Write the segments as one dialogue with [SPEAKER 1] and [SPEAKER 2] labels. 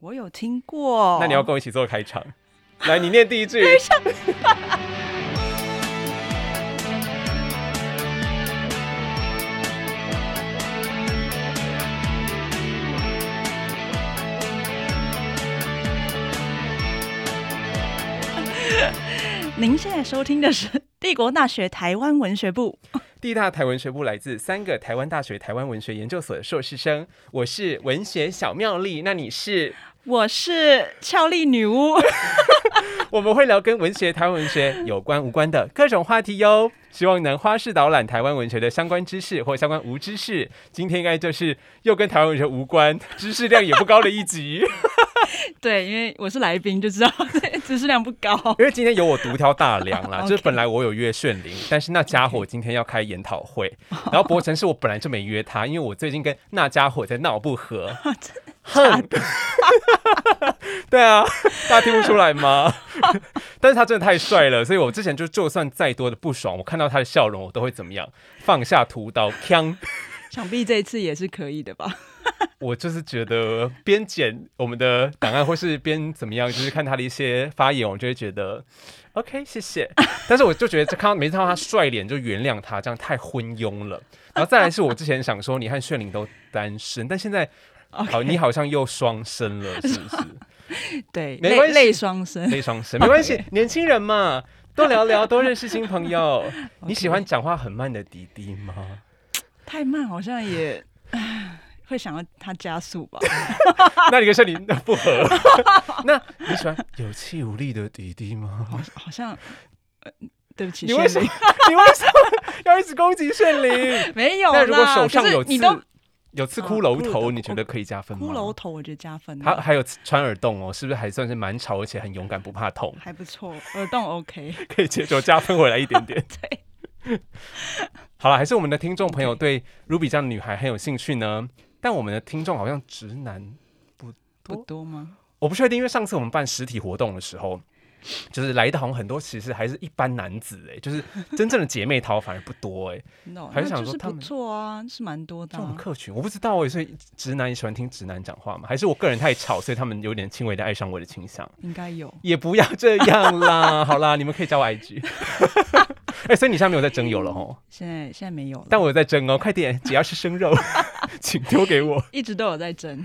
[SPEAKER 1] 我有听过。
[SPEAKER 2] 那你要跟我一起做开场， 来，你念第一句。
[SPEAKER 1] 您现在收听的是帝国大学台湾文学部，
[SPEAKER 2] 地大台文学部来自三个台湾大学台湾文学研究所的硕士生，我是文学小妙丽，那你是？
[SPEAKER 1] 我是俏丽女巫。
[SPEAKER 2] 我们会聊跟文学、台湾文学有关无关的各种话题哟，希望能花式导览台湾文学的相关知识或相关无知识。今天应该就是又跟台湾文学无关，知识量也不高的一集，
[SPEAKER 1] 对，因为我是来宾，就知道 知识量不高。
[SPEAKER 2] 因为今天有我独挑大梁啦。
[SPEAKER 1] OK
[SPEAKER 2] 就是本来我有约炫灵，但是那家伙今天要开研讨会，然后博成是我本来就没约他，因为我最近跟那家伙在闹不和，恨。 对啊，大家听不出来吗？ 但是他真的太帅了，所以我之前就就算再多的不爽，我看到他的笑容，我都会怎么样？放下屠刀，锵！
[SPEAKER 1] 想必这一次也是可以的吧？
[SPEAKER 2] 我就是觉得边剪我们的档案，或是边怎么样，就是看他的一些发言，我就会觉得 OK，谢谢。但是我就觉得，这看到每次看到他帅脸，就原谅他，这样太昏庸了。然后再来是我之前想说，你和炫灵都单身，但现在好，你好像又双生了，是不是？
[SPEAKER 1] 对，
[SPEAKER 2] 没
[SPEAKER 1] 类
[SPEAKER 2] 关系
[SPEAKER 1] 类双生。
[SPEAKER 2] 非双生，没关系，年轻人嘛，多聊聊，多认识新朋友。你喜欢讲话很慢的弟弟吗？
[SPEAKER 1] 太慢好像也会想要它加速 吧？
[SPEAKER 2] 那你跟圣灵不合。 那你喜欢有气无力的弟弟吗？
[SPEAKER 1] 好，好像。呃对不起，
[SPEAKER 2] 你为什
[SPEAKER 1] 炫
[SPEAKER 2] 么
[SPEAKER 1] 灵？
[SPEAKER 2] 你为什么要一直攻击圣 灵？
[SPEAKER 1] 没有啦？
[SPEAKER 2] 那如果手上
[SPEAKER 1] 哦可是
[SPEAKER 2] 有
[SPEAKER 1] 你
[SPEAKER 2] 刺嗯
[SPEAKER 1] 都，
[SPEAKER 2] 有刺骷髅
[SPEAKER 1] 哦骷髅头
[SPEAKER 2] 头，你觉得可以加分吗？
[SPEAKER 1] 骷髅头，嗯我觉得加分啊
[SPEAKER 2] 他
[SPEAKER 1] 了，
[SPEAKER 2] 还有穿耳洞哦，是不是还算是蛮潮，而且很勇敢，不怕痛，
[SPEAKER 1] 还不错，耳洞 OK。
[SPEAKER 2] 可以接受加分回来一点点。
[SPEAKER 1] 对，
[SPEAKER 2] 好了，还是我们的听众朋友对 Ruby 这样的女孩很有兴趣呢。但我们的听众好像直男，
[SPEAKER 1] 不多吗？
[SPEAKER 2] 我不确定，因为上次我们办实体活动的时候，就是来的好像很多，其实还是一般男子哎、就是真正的姐妹淘反而不多哎、
[SPEAKER 1] no，
[SPEAKER 2] 还
[SPEAKER 1] 那
[SPEAKER 2] 是想
[SPEAKER 1] 就
[SPEAKER 2] 说
[SPEAKER 1] 是
[SPEAKER 2] 他
[SPEAKER 1] 不
[SPEAKER 2] 们
[SPEAKER 1] 错啊，是蛮多的
[SPEAKER 2] 这种
[SPEAKER 1] 啊、
[SPEAKER 2] 客群我不知道哎、所以直男也喜欢听直男讲话吗？还是我个人太吵，所以他们有点轻微的爱上我的倾向？
[SPEAKER 1] 应该有。
[SPEAKER 2] 也不要这样啦， 好啦，你们可以加我 IG。哎、所以你现在没有在征友了 哦，
[SPEAKER 1] 现在现在没有了，
[SPEAKER 2] 但我有在征哦，快点，只要是生肉， 请丢给我。
[SPEAKER 1] 一直都有在争。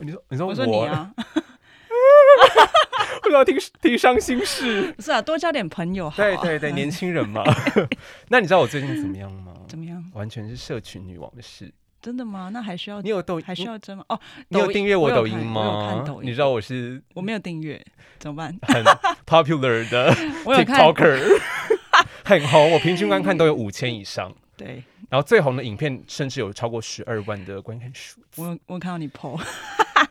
[SPEAKER 2] 你说，你说
[SPEAKER 1] 我说你 啊，
[SPEAKER 2] 为什么要听听伤心事？
[SPEAKER 1] 不是啊，多交点朋友好、啊。
[SPEAKER 2] 对 对对，年轻人嘛。那你知道我最近怎么样吗？
[SPEAKER 1] 怎么样？
[SPEAKER 2] 完全是社群女王的事。
[SPEAKER 1] 真的吗？那还需要
[SPEAKER 2] 你有抖，
[SPEAKER 1] 还需
[SPEAKER 2] 你
[SPEAKER 1] 要争吗？哦，
[SPEAKER 2] 你有
[SPEAKER 1] 抖音
[SPEAKER 2] 订阅我
[SPEAKER 1] 我有
[SPEAKER 2] 抖
[SPEAKER 1] 看
[SPEAKER 2] 音
[SPEAKER 1] 我有
[SPEAKER 2] 吗
[SPEAKER 1] 看抖？音
[SPEAKER 2] 你知道我是
[SPEAKER 1] 我没有订阅，怎么 办？
[SPEAKER 2] 很 popular 的
[SPEAKER 1] 我有看，
[SPEAKER 2] TikToker，很红，我平均观看都有五千以上。
[SPEAKER 1] 对
[SPEAKER 2] 然后最红的影片甚至有超过十二万的观看数，
[SPEAKER 1] 我有我有看到你 PO，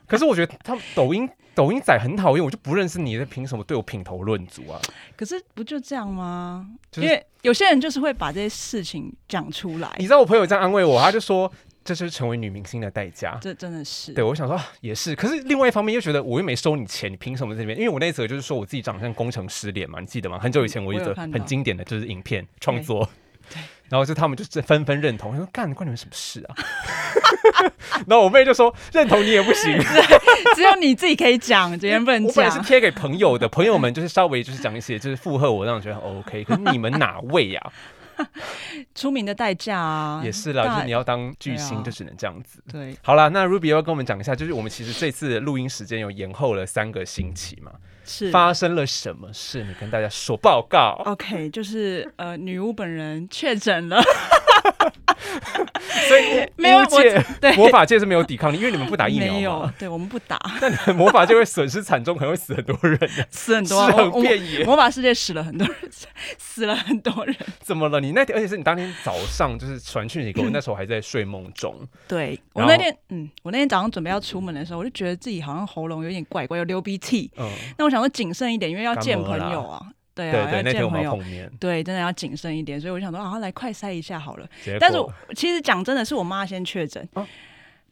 [SPEAKER 2] 可是我觉得他们抖音抖音仔很讨厌，我就不认识你，在凭什么对我品头论足啊？
[SPEAKER 1] 可是不就这样吗？
[SPEAKER 2] 就是
[SPEAKER 1] 因为有些人就是会把这些事情讲出来
[SPEAKER 2] 你，知道我朋友这样安慰我，他就说这就是成为女明星的代价。
[SPEAKER 1] 这真的是
[SPEAKER 2] 对，我想说啊也是，可是另外一方面又觉得我又没收你钱，你凭什么在这边？因为我那次就是说我自己长得像工程师脸嘛，你记得吗？很久以前我一
[SPEAKER 1] 我有
[SPEAKER 2] 则
[SPEAKER 1] 看
[SPEAKER 2] 很
[SPEAKER 1] 到
[SPEAKER 2] 经典的就是影片创
[SPEAKER 1] 对
[SPEAKER 2] 作，
[SPEAKER 1] 对
[SPEAKER 2] 然后就他们就是纷纷认同，他说干关你们什么事啊？ 然后我妹就说认同你也不行，
[SPEAKER 1] 只有你自己可以讲，别人不能
[SPEAKER 2] 我本来是
[SPEAKER 1] 讲。
[SPEAKER 2] 贴给朋友的，朋友们就是稍微就是讲一些就是附和我，让我觉得很 OK。可是你们哪位呀、
[SPEAKER 1] 出名的代价啊，
[SPEAKER 2] 也是啦，
[SPEAKER 1] 大
[SPEAKER 2] 就是你要当巨
[SPEAKER 1] 对
[SPEAKER 2] 星
[SPEAKER 1] 啊
[SPEAKER 2] 就只能这样子。
[SPEAKER 1] 对
[SPEAKER 2] 好啦，那 Ruby 要跟我们讲一下，就是我们其实这次的录音时间有延后了三个星期嘛，
[SPEAKER 1] 是哦
[SPEAKER 2] 发生了什么事？你跟大家说报告。
[SPEAKER 1] OK，就是呃，女巫本人确诊了，
[SPEAKER 2] 所以
[SPEAKER 1] 没有
[SPEAKER 2] 巫界
[SPEAKER 1] 我对
[SPEAKER 2] 哎魔法界是没有抵抗力，因 为你们不打疫
[SPEAKER 1] 没
[SPEAKER 2] 苗
[SPEAKER 1] 有
[SPEAKER 2] 嘛，，
[SPEAKER 1] 对我们不打，
[SPEAKER 2] 那你们魔法界会损失惨重，可能会死很多人啊，
[SPEAKER 1] 死很
[SPEAKER 2] 尸
[SPEAKER 1] 多啊，我
[SPEAKER 2] 横
[SPEAKER 1] 我
[SPEAKER 2] 遍野。
[SPEAKER 1] 魔法世界死了很多人，死了很多人。
[SPEAKER 2] 怎么了？你那天，而且是你当天早上就是传讯息给我，那时候还在睡梦中。
[SPEAKER 1] 对我
[SPEAKER 2] 然后
[SPEAKER 1] 那天，嗯，我那天早上准备要出门的时候，我就觉得自己好像喉咙有点怪怪，有流鼻涕。
[SPEAKER 2] 嗯，
[SPEAKER 1] 那我想说谨慎一点，因为要见朋
[SPEAKER 2] 感
[SPEAKER 1] 友
[SPEAKER 2] 冒
[SPEAKER 1] 啊，对
[SPEAKER 2] 对
[SPEAKER 1] 啊，要
[SPEAKER 2] 对，那天
[SPEAKER 1] 见
[SPEAKER 2] 我
[SPEAKER 1] 朋
[SPEAKER 2] 们
[SPEAKER 1] 友。
[SPEAKER 2] 碰面，
[SPEAKER 1] 对，真的要谨慎一点，所以我想说，啊，来快筛一下好了。
[SPEAKER 2] 结
[SPEAKER 1] 但是
[SPEAKER 2] 果
[SPEAKER 1] 我其实讲真的是我妈先确诊，
[SPEAKER 2] 啊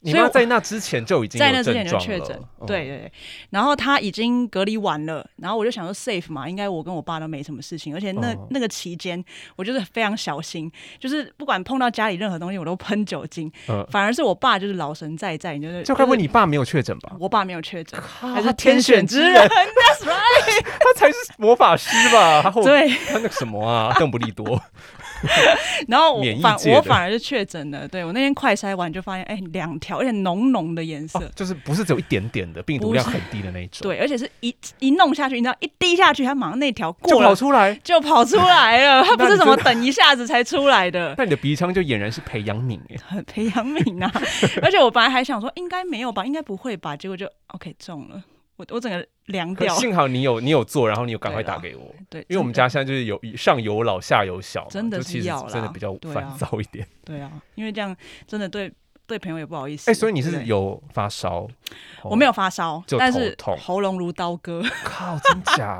[SPEAKER 2] 你
[SPEAKER 1] 所以
[SPEAKER 2] 妈
[SPEAKER 1] 我
[SPEAKER 2] 在那之前就已经有
[SPEAKER 1] 在那之前
[SPEAKER 2] 症
[SPEAKER 1] 就
[SPEAKER 2] 状
[SPEAKER 1] 确
[SPEAKER 2] 了
[SPEAKER 1] 诊，
[SPEAKER 2] 嗯
[SPEAKER 1] 对对对。然后他已经隔离完了，然后我就想说 safe 嘛，应该我跟我爸都没什么事情，而且那、
[SPEAKER 2] 哦
[SPEAKER 1] 那个期间我就是非常小心，就是不管碰到家里任何东西我都喷酒精，
[SPEAKER 2] 嗯，
[SPEAKER 1] 反而是我爸就是老神在在，就是
[SPEAKER 2] 就该不会
[SPEAKER 1] 是
[SPEAKER 2] 你爸没有确诊吧？
[SPEAKER 1] 我爸没有确诊，
[SPEAKER 2] 他
[SPEAKER 1] 还是
[SPEAKER 2] 天选之人，
[SPEAKER 1] ，That's right，
[SPEAKER 2] 他才是魔法师吧？ 他后
[SPEAKER 1] 对。
[SPEAKER 2] 他那个什么啊，邓布利 多，
[SPEAKER 1] 然后我
[SPEAKER 2] 免疫
[SPEAKER 1] 反
[SPEAKER 2] 界的
[SPEAKER 1] 我反而是确诊了，对我那天快筛完就发现，哎，两条，而且浓浓的颜色，
[SPEAKER 2] 哦就是不是只有一点点的病毒
[SPEAKER 1] 不是
[SPEAKER 2] 量很低的那一种，，
[SPEAKER 1] 对，而且是一一弄下去，你知道，一滴下去，它马上那条
[SPEAKER 2] 就
[SPEAKER 1] 过
[SPEAKER 2] 跑
[SPEAKER 1] 了
[SPEAKER 2] 出来。
[SPEAKER 1] 就跑出来了，它不是
[SPEAKER 2] 那你真的
[SPEAKER 1] 怎么等一下子才出来 的，
[SPEAKER 2] 但你的鼻腔就俨然是培养皿哎，
[SPEAKER 1] 很培养皿啊！ 而且我本来还想说应该没有吧，应该不会吧，结果就 OK 中了，我我整个凉
[SPEAKER 2] 可
[SPEAKER 1] 掉了。
[SPEAKER 2] 幸好你有你有做，然后你有赶快
[SPEAKER 1] 对啦
[SPEAKER 2] 打给我，
[SPEAKER 1] 对，
[SPEAKER 2] 因为我们
[SPEAKER 1] 真的
[SPEAKER 2] 家现在就是有上有老下有小嘛，
[SPEAKER 1] 真的
[SPEAKER 2] 就是其实
[SPEAKER 1] 要啦
[SPEAKER 2] 真的比较
[SPEAKER 1] 对啊
[SPEAKER 2] 烦躁一点。
[SPEAKER 1] 对啊，因为这样真的对对朋友也不好意思。
[SPEAKER 2] 哎，所以你
[SPEAKER 1] 对
[SPEAKER 2] 是
[SPEAKER 1] 不对
[SPEAKER 2] 有发烧？
[SPEAKER 1] 我没
[SPEAKER 2] 有，
[SPEAKER 1] 有发烧
[SPEAKER 2] 就，
[SPEAKER 1] 但是
[SPEAKER 2] 头痛
[SPEAKER 1] 喉咙如刀割。
[SPEAKER 2] 靠，真假？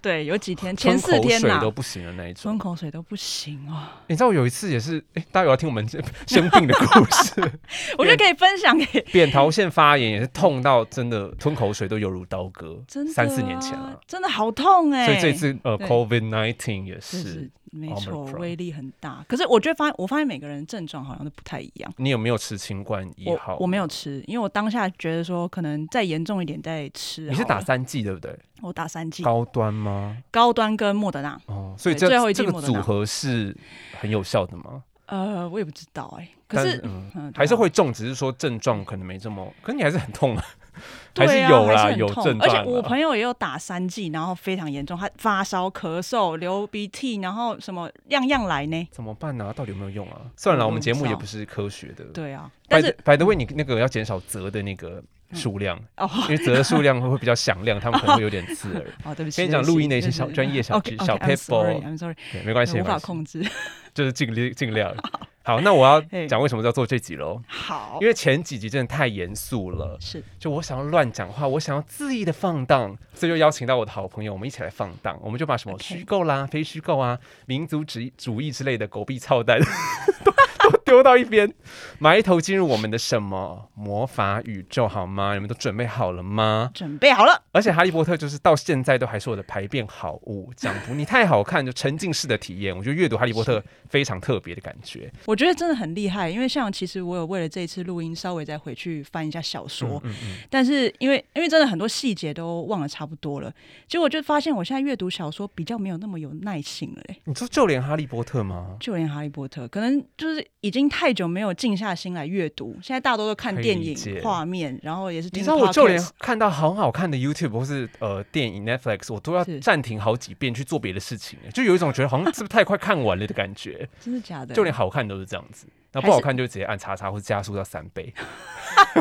[SPEAKER 1] 对，有几天
[SPEAKER 2] 吞
[SPEAKER 1] 前四天
[SPEAKER 2] 口水
[SPEAKER 1] 啦
[SPEAKER 2] 都，不行的那一种
[SPEAKER 1] 吞。口水都不行哦。
[SPEAKER 2] 你知道我有一次也是，哎，大家有要听我们这 生病的故事？
[SPEAKER 1] 啊我觉得可以分享给
[SPEAKER 2] 扁桃腺发炎也是痛到真的吞口水都犹如刀割，
[SPEAKER 1] 真的啊
[SPEAKER 2] 三四年前了。
[SPEAKER 1] 真的好痛哎。
[SPEAKER 2] 所以这次呃
[SPEAKER 1] 对
[SPEAKER 2] ，COVID nineteen 也
[SPEAKER 1] 就是是。没错，
[SPEAKER 2] Omicron
[SPEAKER 1] 威力很大。可是我觉得发，我发现每个人症状好像都不太一样。
[SPEAKER 2] 你有没有吃清冠一
[SPEAKER 1] 我
[SPEAKER 2] 号？
[SPEAKER 1] 我没有。吃，因为我当下觉得说可能再严重一点再吃好了。
[SPEAKER 2] 你是打三剂对不对？
[SPEAKER 1] 我打三剂，
[SPEAKER 2] 高端吗？
[SPEAKER 1] 高端跟莫德纳。
[SPEAKER 2] 哦，所以
[SPEAKER 1] 对
[SPEAKER 2] 这
[SPEAKER 1] 最后一剂
[SPEAKER 2] 这个
[SPEAKER 1] 莫德纳
[SPEAKER 2] 组合是很有效的吗？
[SPEAKER 1] 呃，我也不知道哎、可
[SPEAKER 2] 但
[SPEAKER 1] 是
[SPEAKER 2] 嗯，
[SPEAKER 1] 嗯对啊
[SPEAKER 2] 还是会中，只是说症状可能没这么，可是你还是很痛啊，
[SPEAKER 1] 对
[SPEAKER 2] 是
[SPEAKER 1] 啊
[SPEAKER 2] 有
[SPEAKER 1] 还
[SPEAKER 2] 啦，
[SPEAKER 1] 很
[SPEAKER 2] 有
[SPEAKER 1] 痛
[SPEAKER 2] 症状啊
[SPEAKER 1] 而
[SPEAKER 2] 啦。
[SPEAKER 1] 且我朋友也有打三剂，然后非常严重，他发烧、咳嗽、流鼻涕，然后什么样样来呢？
[SPEAKER 2] 怎么办呢、到底有没有用啊？算了，
[SPEAKER 1] 嗯
[SPEAKER 2] 我们节目
[SPEAKER 1] 我
[SPEAKER 2] 也
[SPEAKER 1] 不
[SPEAKER 2] 不是科学的。
[SPEAKER 1] 对啊，但
[SPEAKER 2] 百
[SPEAKER 1] 是
[SPEAKER 2] 百德卫，你那个要减少泽的那个数量，
[SPEAKER 1] 哦
[SPEAKER 2] 因为泽的数量会会比较响亮，他们可能会有点刺 耳。
[SPEAKER 1] 哦，对不起，
[SPEAKER 2] 跟你讲，
[SPEAKER 1] 对不
[SPEAKER 2] 录
[SPEAKER 1] 起
[SPEAKER 2] 音的一些小专业小知
[SPEAKER 1] OK，OK，
[SPEAKER 2] 小
[SPEAKER 1] I'm sorry，
[SPEAKER 2] paper，
[SPEAKER 1] I'm sorry，
[SPEAKER 2] 对，没关系，没
[SPEAKER 1] 无法
[SPEAKER 2] 关系，
[SPEAKER 1] 控制。
[SPEAKER 2] 就是尽力尽量。好，那我要
[SPEAKER 1] 嘿
[SPEAKER 2] 讲为什么要做这集喽，
[SPEAKER 1] 好
[SPEAKER 2] 因，为前几集真的太严肃了，
[SPEAKER 1] 是
[SPEAKER 2] 就我想要乱讲话，我想要恣意的放荡，所以就邀请到我的好朋友，我们一起来放荡，我们就把什么
[SPEAKER 1] OK
[SPEAKER 2] 虚构啦、非虚构啊、民族主义主义之类的狗屁操蛋 都都丢到一边，埋头进入我们的什么魔法宇宙好吗？你们都准备好了吗？
[SPEAKER 1] 准备好了，
[SPEAKER 2] 而且《哈利波特》就是到现在都还是我的排便好物，讲不你太好看，就沉浸式的体验。我觉得阅读《哈利波特》非常特别的感觉。
[SPEAKER 1] 我觉得真的很厉害，因为像其实我有为了这一次录音稍微再回去翻一下小说，
[SPEAKER 2] 嗯嗯，
[SPEAKER 1] 但是因为因为真的很多细节都忘了差不多了，结果就发现我现在阅读小说比较没有那么有耐性了、欸，
[SPEAKER 2] 你说就连《哈利波特》吗？
[SPEAKER 1] 就连《哈利波特》，可能就是已经太久没有静下心来阅读，现在大多都看
[SPEAKER 2] 可以
[SPEAKER 1] 电
[SPEAKER 2] 理解
[SPEAKER 1] 影画面，然后也是
[SPEAKER 2] 你
[SPEAKER 1] 听
[SPEAKER 2] 知道
[SPEAKER 1] 嗯
[SPEAKER 2] 我
[SPEAKER 1] podcast
[SPEAKER 2] 就连看到很好看的 YouTube 或是呃电影 Netflix，我都要
[SPEAKER 1] 是
[SPEAKER 2] 暂停好几遍去做别的事情，欸就有一种觉得好像是不是太快看完了的感 觉。
[SPEAKER 1] 真的假的，
[SPEAKER 2] 就连好看都是这样子，那
[SPEAKER 1] 还是
[SPEAKER 2] 不好看就直接按叉叉或者加速到三倍。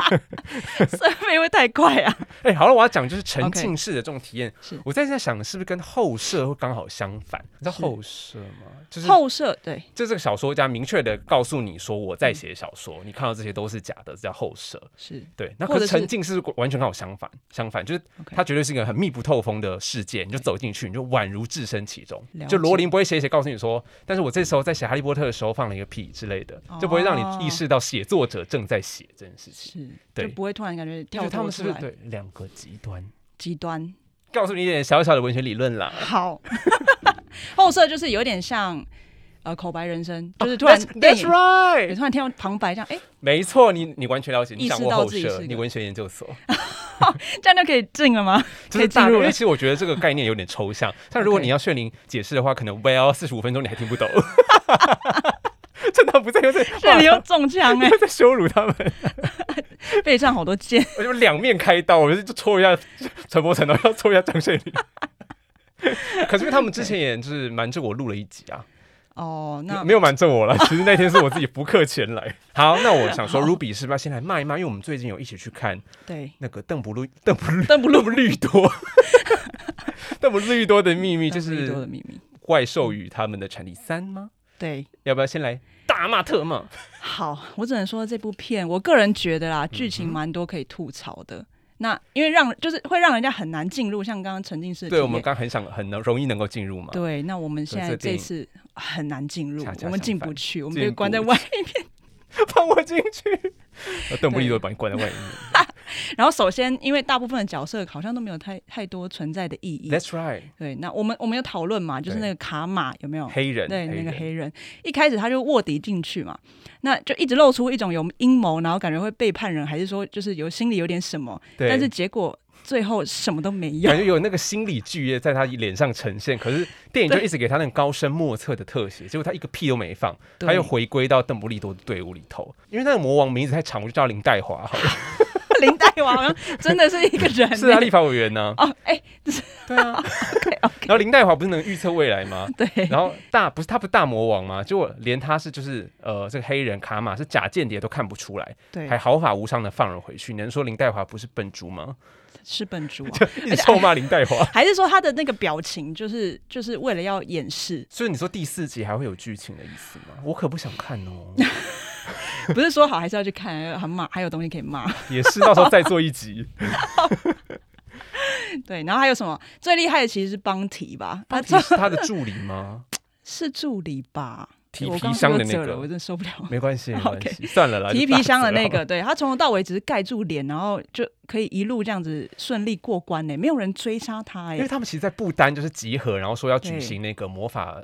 [SPEAKER 1] 设备会太快啊，
[SPEAKER 2] 哎、好了，我要讲就是沉
[SPEAKER 1] OK
[SPEAKER 2] 浸式的这种体验。
[SPEAKER 1] 是
[SPEAKER 2] 我在在想，是不是跟后设会刚好相反？你知道
[SPEAKER 1] 是
[SPEAKER 2] 后设吗？就是
[SPEAKER 1] 后设对
[SPEAKER 2] 就这个小说家明确的告诉你说我
[SPEAKER 1] 嗯
[SPEAKER 2] 在写小说，你看到这些都是假的，这叫后设。
[SPEAKER 1] 是
[SPEAKER 2] 对，那
[SPEAKER 1] 或
[SPEAKER 2] 可
[SPEAKER 1] 者
[SPEAKER 2] 是
[SPEAKER 1] 是
[SPEAKER 2] 沉浸式完全刚好相反，相反就是
[SPEAKER 1] OK
[SPEAKER 2] 它绝对是一个很密不透风的世界，你就走进去，你就宛如置身其中
[SPEAKER 1] 了。解
[SPEAKER 2] 就罗琳不会写一写告诉你说，但是我这时候在写《哈利波特》的时候放了一个屁之类的
[SPEAKER 1] 哦，
[SPEAKER 2] 就不会让你意识到写作者正在写这件事情。
[SPEAKER 1] 是，
[SPEAKER 2] 对
[SPEAKER 1] 就不会突然感觉
[SPEAKER 2] 就
[SPEAKER 1] 跳
[SPEAKER 2] 他
[SPEAKER 1] 脱
[SPEAKER 2] 们是
[SPEAKER 1] 出
[SPEAKER 2] 不是
[SPEAKER 1] 来
[SPEAKER 2] 对两个极端？
[SPEAKER 1] 极端。
[SPEAKER 2] 告诉你一点小小的文学理论啦。
[SPEAKER 1] 好， 后设就是有点像呃口白人生，就是突然
[SPEAKER 2] 哦 That's-
[SPEAKER 1] 电
[SPEAKER 2] That's
[SPEAKER 1] 影。你
[SPEAKER 2] right，
[SPEAKER 1] 突然听到旁白这样，哎、
[SPEAKER 2] 没错，你你完全了解，你
[SPEAKER 1] 意识
[SPEAKER 2] 掌握
[SPEAKER 1] 到
[SPEAKER 2] 后
[SPEAKER 1] 自己
[SPEAKER 2] 设，
[SPEAKER 1] 是一
[SPEAKER 2] 你
[SPEAKER 1] 个
[SPEAKER 2] 文学研究所。
[SPEAKER 1] 这样就可以进了吗？
[SPEAKER 2] 就
[SPEAKER 1] 可
[SPEAKER 2] 是
[SPEAKER 1] 以
[SPEAKER 2] 大
[SPEAKER 1] 进入
[SPEAKER 2] 因为
[SPEAKER 1] 了
[SPEAKER 2] 其实我觉得这个概念有点抽 象，但如果
[SPEAKER 1] OK
[SPEAKER 2] 你要炫灵解释的话，可能 well 四十五分钟你还听不 懂。 真的不在又在
[SPEAKER 1] 这
[SPEAKER 2] 哇
[SPEAKER 1] 里又中枪 哎、
[SPEAKER 2] 又在羞辱他们，
[SPEAKER 1] 背上好多 箭。
[SPEAKER 2] 我就两面开刀，我就就戳一下陈柏成，然后要戳一下张炫灵。可是因为他们之前也就是瞒着我录了一集啊，
[SPEAKER 1] 哦，那
[SPEAKER 2] 没有瞒着我了。其实那天是我自己不客 前来。好，那我想说，Ruby 是不是要先来骂一骂？因为我们最近有一起去看
[SPEAKER 1] 对，
[SPEAKER 2] 那个邓布利邓布利
[SPEAKER 1] 邓布
[SPEAKER 2] 邓布 利多邓布利多的秘密，就
[SPEAKER 1] 邓布利
[SPEAKER 2] 是
[SPEAKER 1] 多的秘密。
[SPEAKER 2] 怪兽与他们的产地三吗？
[SPEAKER 1] 对，
[SPEAKER 2] 要不要先来大骂特骂？
[SPEAKER 1] 好，我只能说这部片，我个人觉得啦，剧情蛮多可以吐槽的。那因为让就是会让人家很难进入，像刚刚沉浸式的
[SPEAKER 2] 对，
[SPEAKER 1] 体
[SPEAKER 2] 我们
[SPEAKER 1] 验
[SPEAKER 2] 刚很想很能容易能够进入嘛。
[SPEAKER 1] 对，那我们现
[SPEAKER 2] 所以
[SPEAKER 1] 在
[SPEAKER 2] 这电
[SPEAKER 1] 这
[SPEAKER 2] 影
[SPEAKER 1] 次很难进入
[SPEAKER 2] 恰恰，
[SPEAKER 1] 我们进
[SPEAKER 2] 相反
[SPEAKER 1] 不去，我们
[SPEAKER 2] 进
[SPEAKER 1] 被关
[SPEAKER 2] 不
[SPEAKER 1] 在外
[SPEAKER 2] 放我进 去，我邓布利多把你关在外面。
[SPEAKER 1] 然后首先，因为大部分的角色好像都没有太太多存在的意义。
[SPEAKER 2] That's right，
[SPEAKER 1] 对，那我们我们有讨论嘛，就是那个卡玛有没有？
[SPEAKER 2] 黑人，
[SPEAKER 1] 哦对，那个
[SPEAKER 2] 人
[SPEAKER 1] 黑人一开始他就卧底进去嘛，那就一直露出一种有阴谋，然后感觉会背叛人，还是说就是有心里有点什么，
[SPEAKER 2] 对
[SPEAKER 1] 但是结果最后什么都没有
[SPEAKER 2] 感。觉有那个心理剧烈在他脸上呈现，可是电影就
[SPEAKER 1] 对
[SPEAKER 2] 一直给他那种高深莫测的特写，结果他一个屁都没放，
[SPEAKER 1] 对
[SPEAKER 2] 他又回归到邓布利多的队伍里头。因为那个魔王名字太长，我就叫林黛 华好了，
[SPEAKER 1] 林黛华好像真的是一个人、
[SPEAKER 2] 是啊，立法委员呢、
[SPEAKER 1] 哦，哎、哦
[SPEAKER 2] 对 啊然后林黛华不是能预测未来吗？
[SPEAKER 1] 对，
[SPEAKER 2] 然后大不是他不是大魔王吗？结果连他是就是呃这个黑人卡玛是假间谍都看不出来，还
[SPEAKER 1] 对，
[SPEAKER 2] 毫发无伤的放人回去，你能说林黛华不是笨猪吗？
[SPEAKER 1] 是笨猪、啊，
[SPEAKER 2] 一直臭骂林黛华。
[SPEAKER 1] 还是说他的那个表情就是就是为了要掩饰，
[SPEAKER 2] 所以你说第四集还会有剧情的意思吗？我可不想看 哦。
[SPEAKER 1] 不是说好还是要去看，还骂还有东西可以骂。
[SPEAKER 2] 也是，到时候再做一集。
[SPEAKER 1] 对，然后还有什么最厉害的其实是邦提吧，他
[SPEAKER 2] 你是他的助理吗？
[SPEAKER 1] 是助理吧？
[SPEAKER 2] 提
[SPEAKER 1] 我
[SPEAKER 2] 皮
[SPEAKER 1] 刚
[SPEAKER 2] 箱的
[SPEAKER 1] 说
[SPEAKER 2] 那
[SPEAKER 1] 折
[SPEAKER 2] 个
[SPEAKER 1] 了我真的受不了。
[SPEAKER 2] 没关系，没
[SPEAKER 1] OK
[SPEAKER 2] 关系，算了啦。
[SPEAKER 1] 提
[SPEAKER 2] 就大
[SPEAKER 1] 皮箱的
[SPEAKER 2] 字了
[SPEAKER 1] 那个，对他从头到尾只是盖住脸，然后就可以一路这样子顺利过关呢、没有人追杀他哎、
[SPEAKER 2] 因为他们其实，在不丹就是集合，然后说要举行那个魔法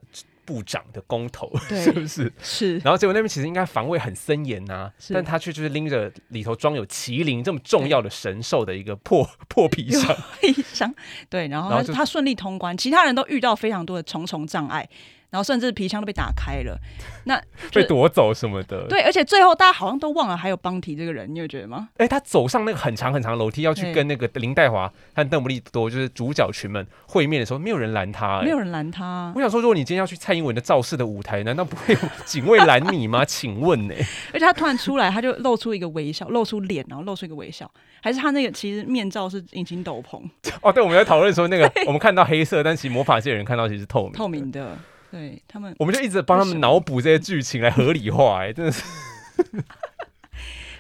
[SPEAKER 2] 部长的公投，
[SPEAKER 1] 对
[SPEAKER 2] 是不是？
[SPEAKER 1] 是
[SPEAKER 2] 然后结果那边其实应该防卫很森严呐、
[SPEAKER 1] 是
[SPEAKER 2] 但他却就是拎着里头装有麒麟这么重要的神兽的一个破破皮箱，
[SPEAKER 1] 皮箱对，然后
[SPEAKER 2] 然
[SPEAKER 1] 他
[SPEAKER 2] 后就
[SPEAKER 1] 他顺利通关，其他人都遇到非常多的重重障碍，然后甚至皮箱都被打开了。那就
[SPEAKER 2] 被
[SPEAKER 1] 是
[SPEAKER 2] 夺走什么的。，
[SPEAKER 1] 对，而且最后大家好像都忘了还有邦提这个人，你有觉得吗？
[SPEAKER 2] 哎，他走上那个很长很长的楼梯，要去
[SPEAKER 1] 对
[SPEAKER 2] 跟那个林黛华和邓布利多，就是主角群们会面的时候，没有人拦他、哎
[SPEAKER 1] 没有人拦他，啊
[SPEAKER 2] 我想说，如果你今天要去蔡英文的造势的舞台，难道不 会有警卫拦你吗？请问呢、
[SPEAKER 1] 而且他突然出来，他就露出一个微笑，露出脸，然后露出一个微笑，还是他那个其实面罩是隐形斗篷，
[SPEAKER 2] 哦，对，我们在讨论说那个，我们看到黑色，但其实魔法界人看到其实是透明。
[SPEAKER 1] 透明的。对他们，
[SPEAKER 2] 我们就一直帮他们脑补这些剧情来合理化、哎，真的是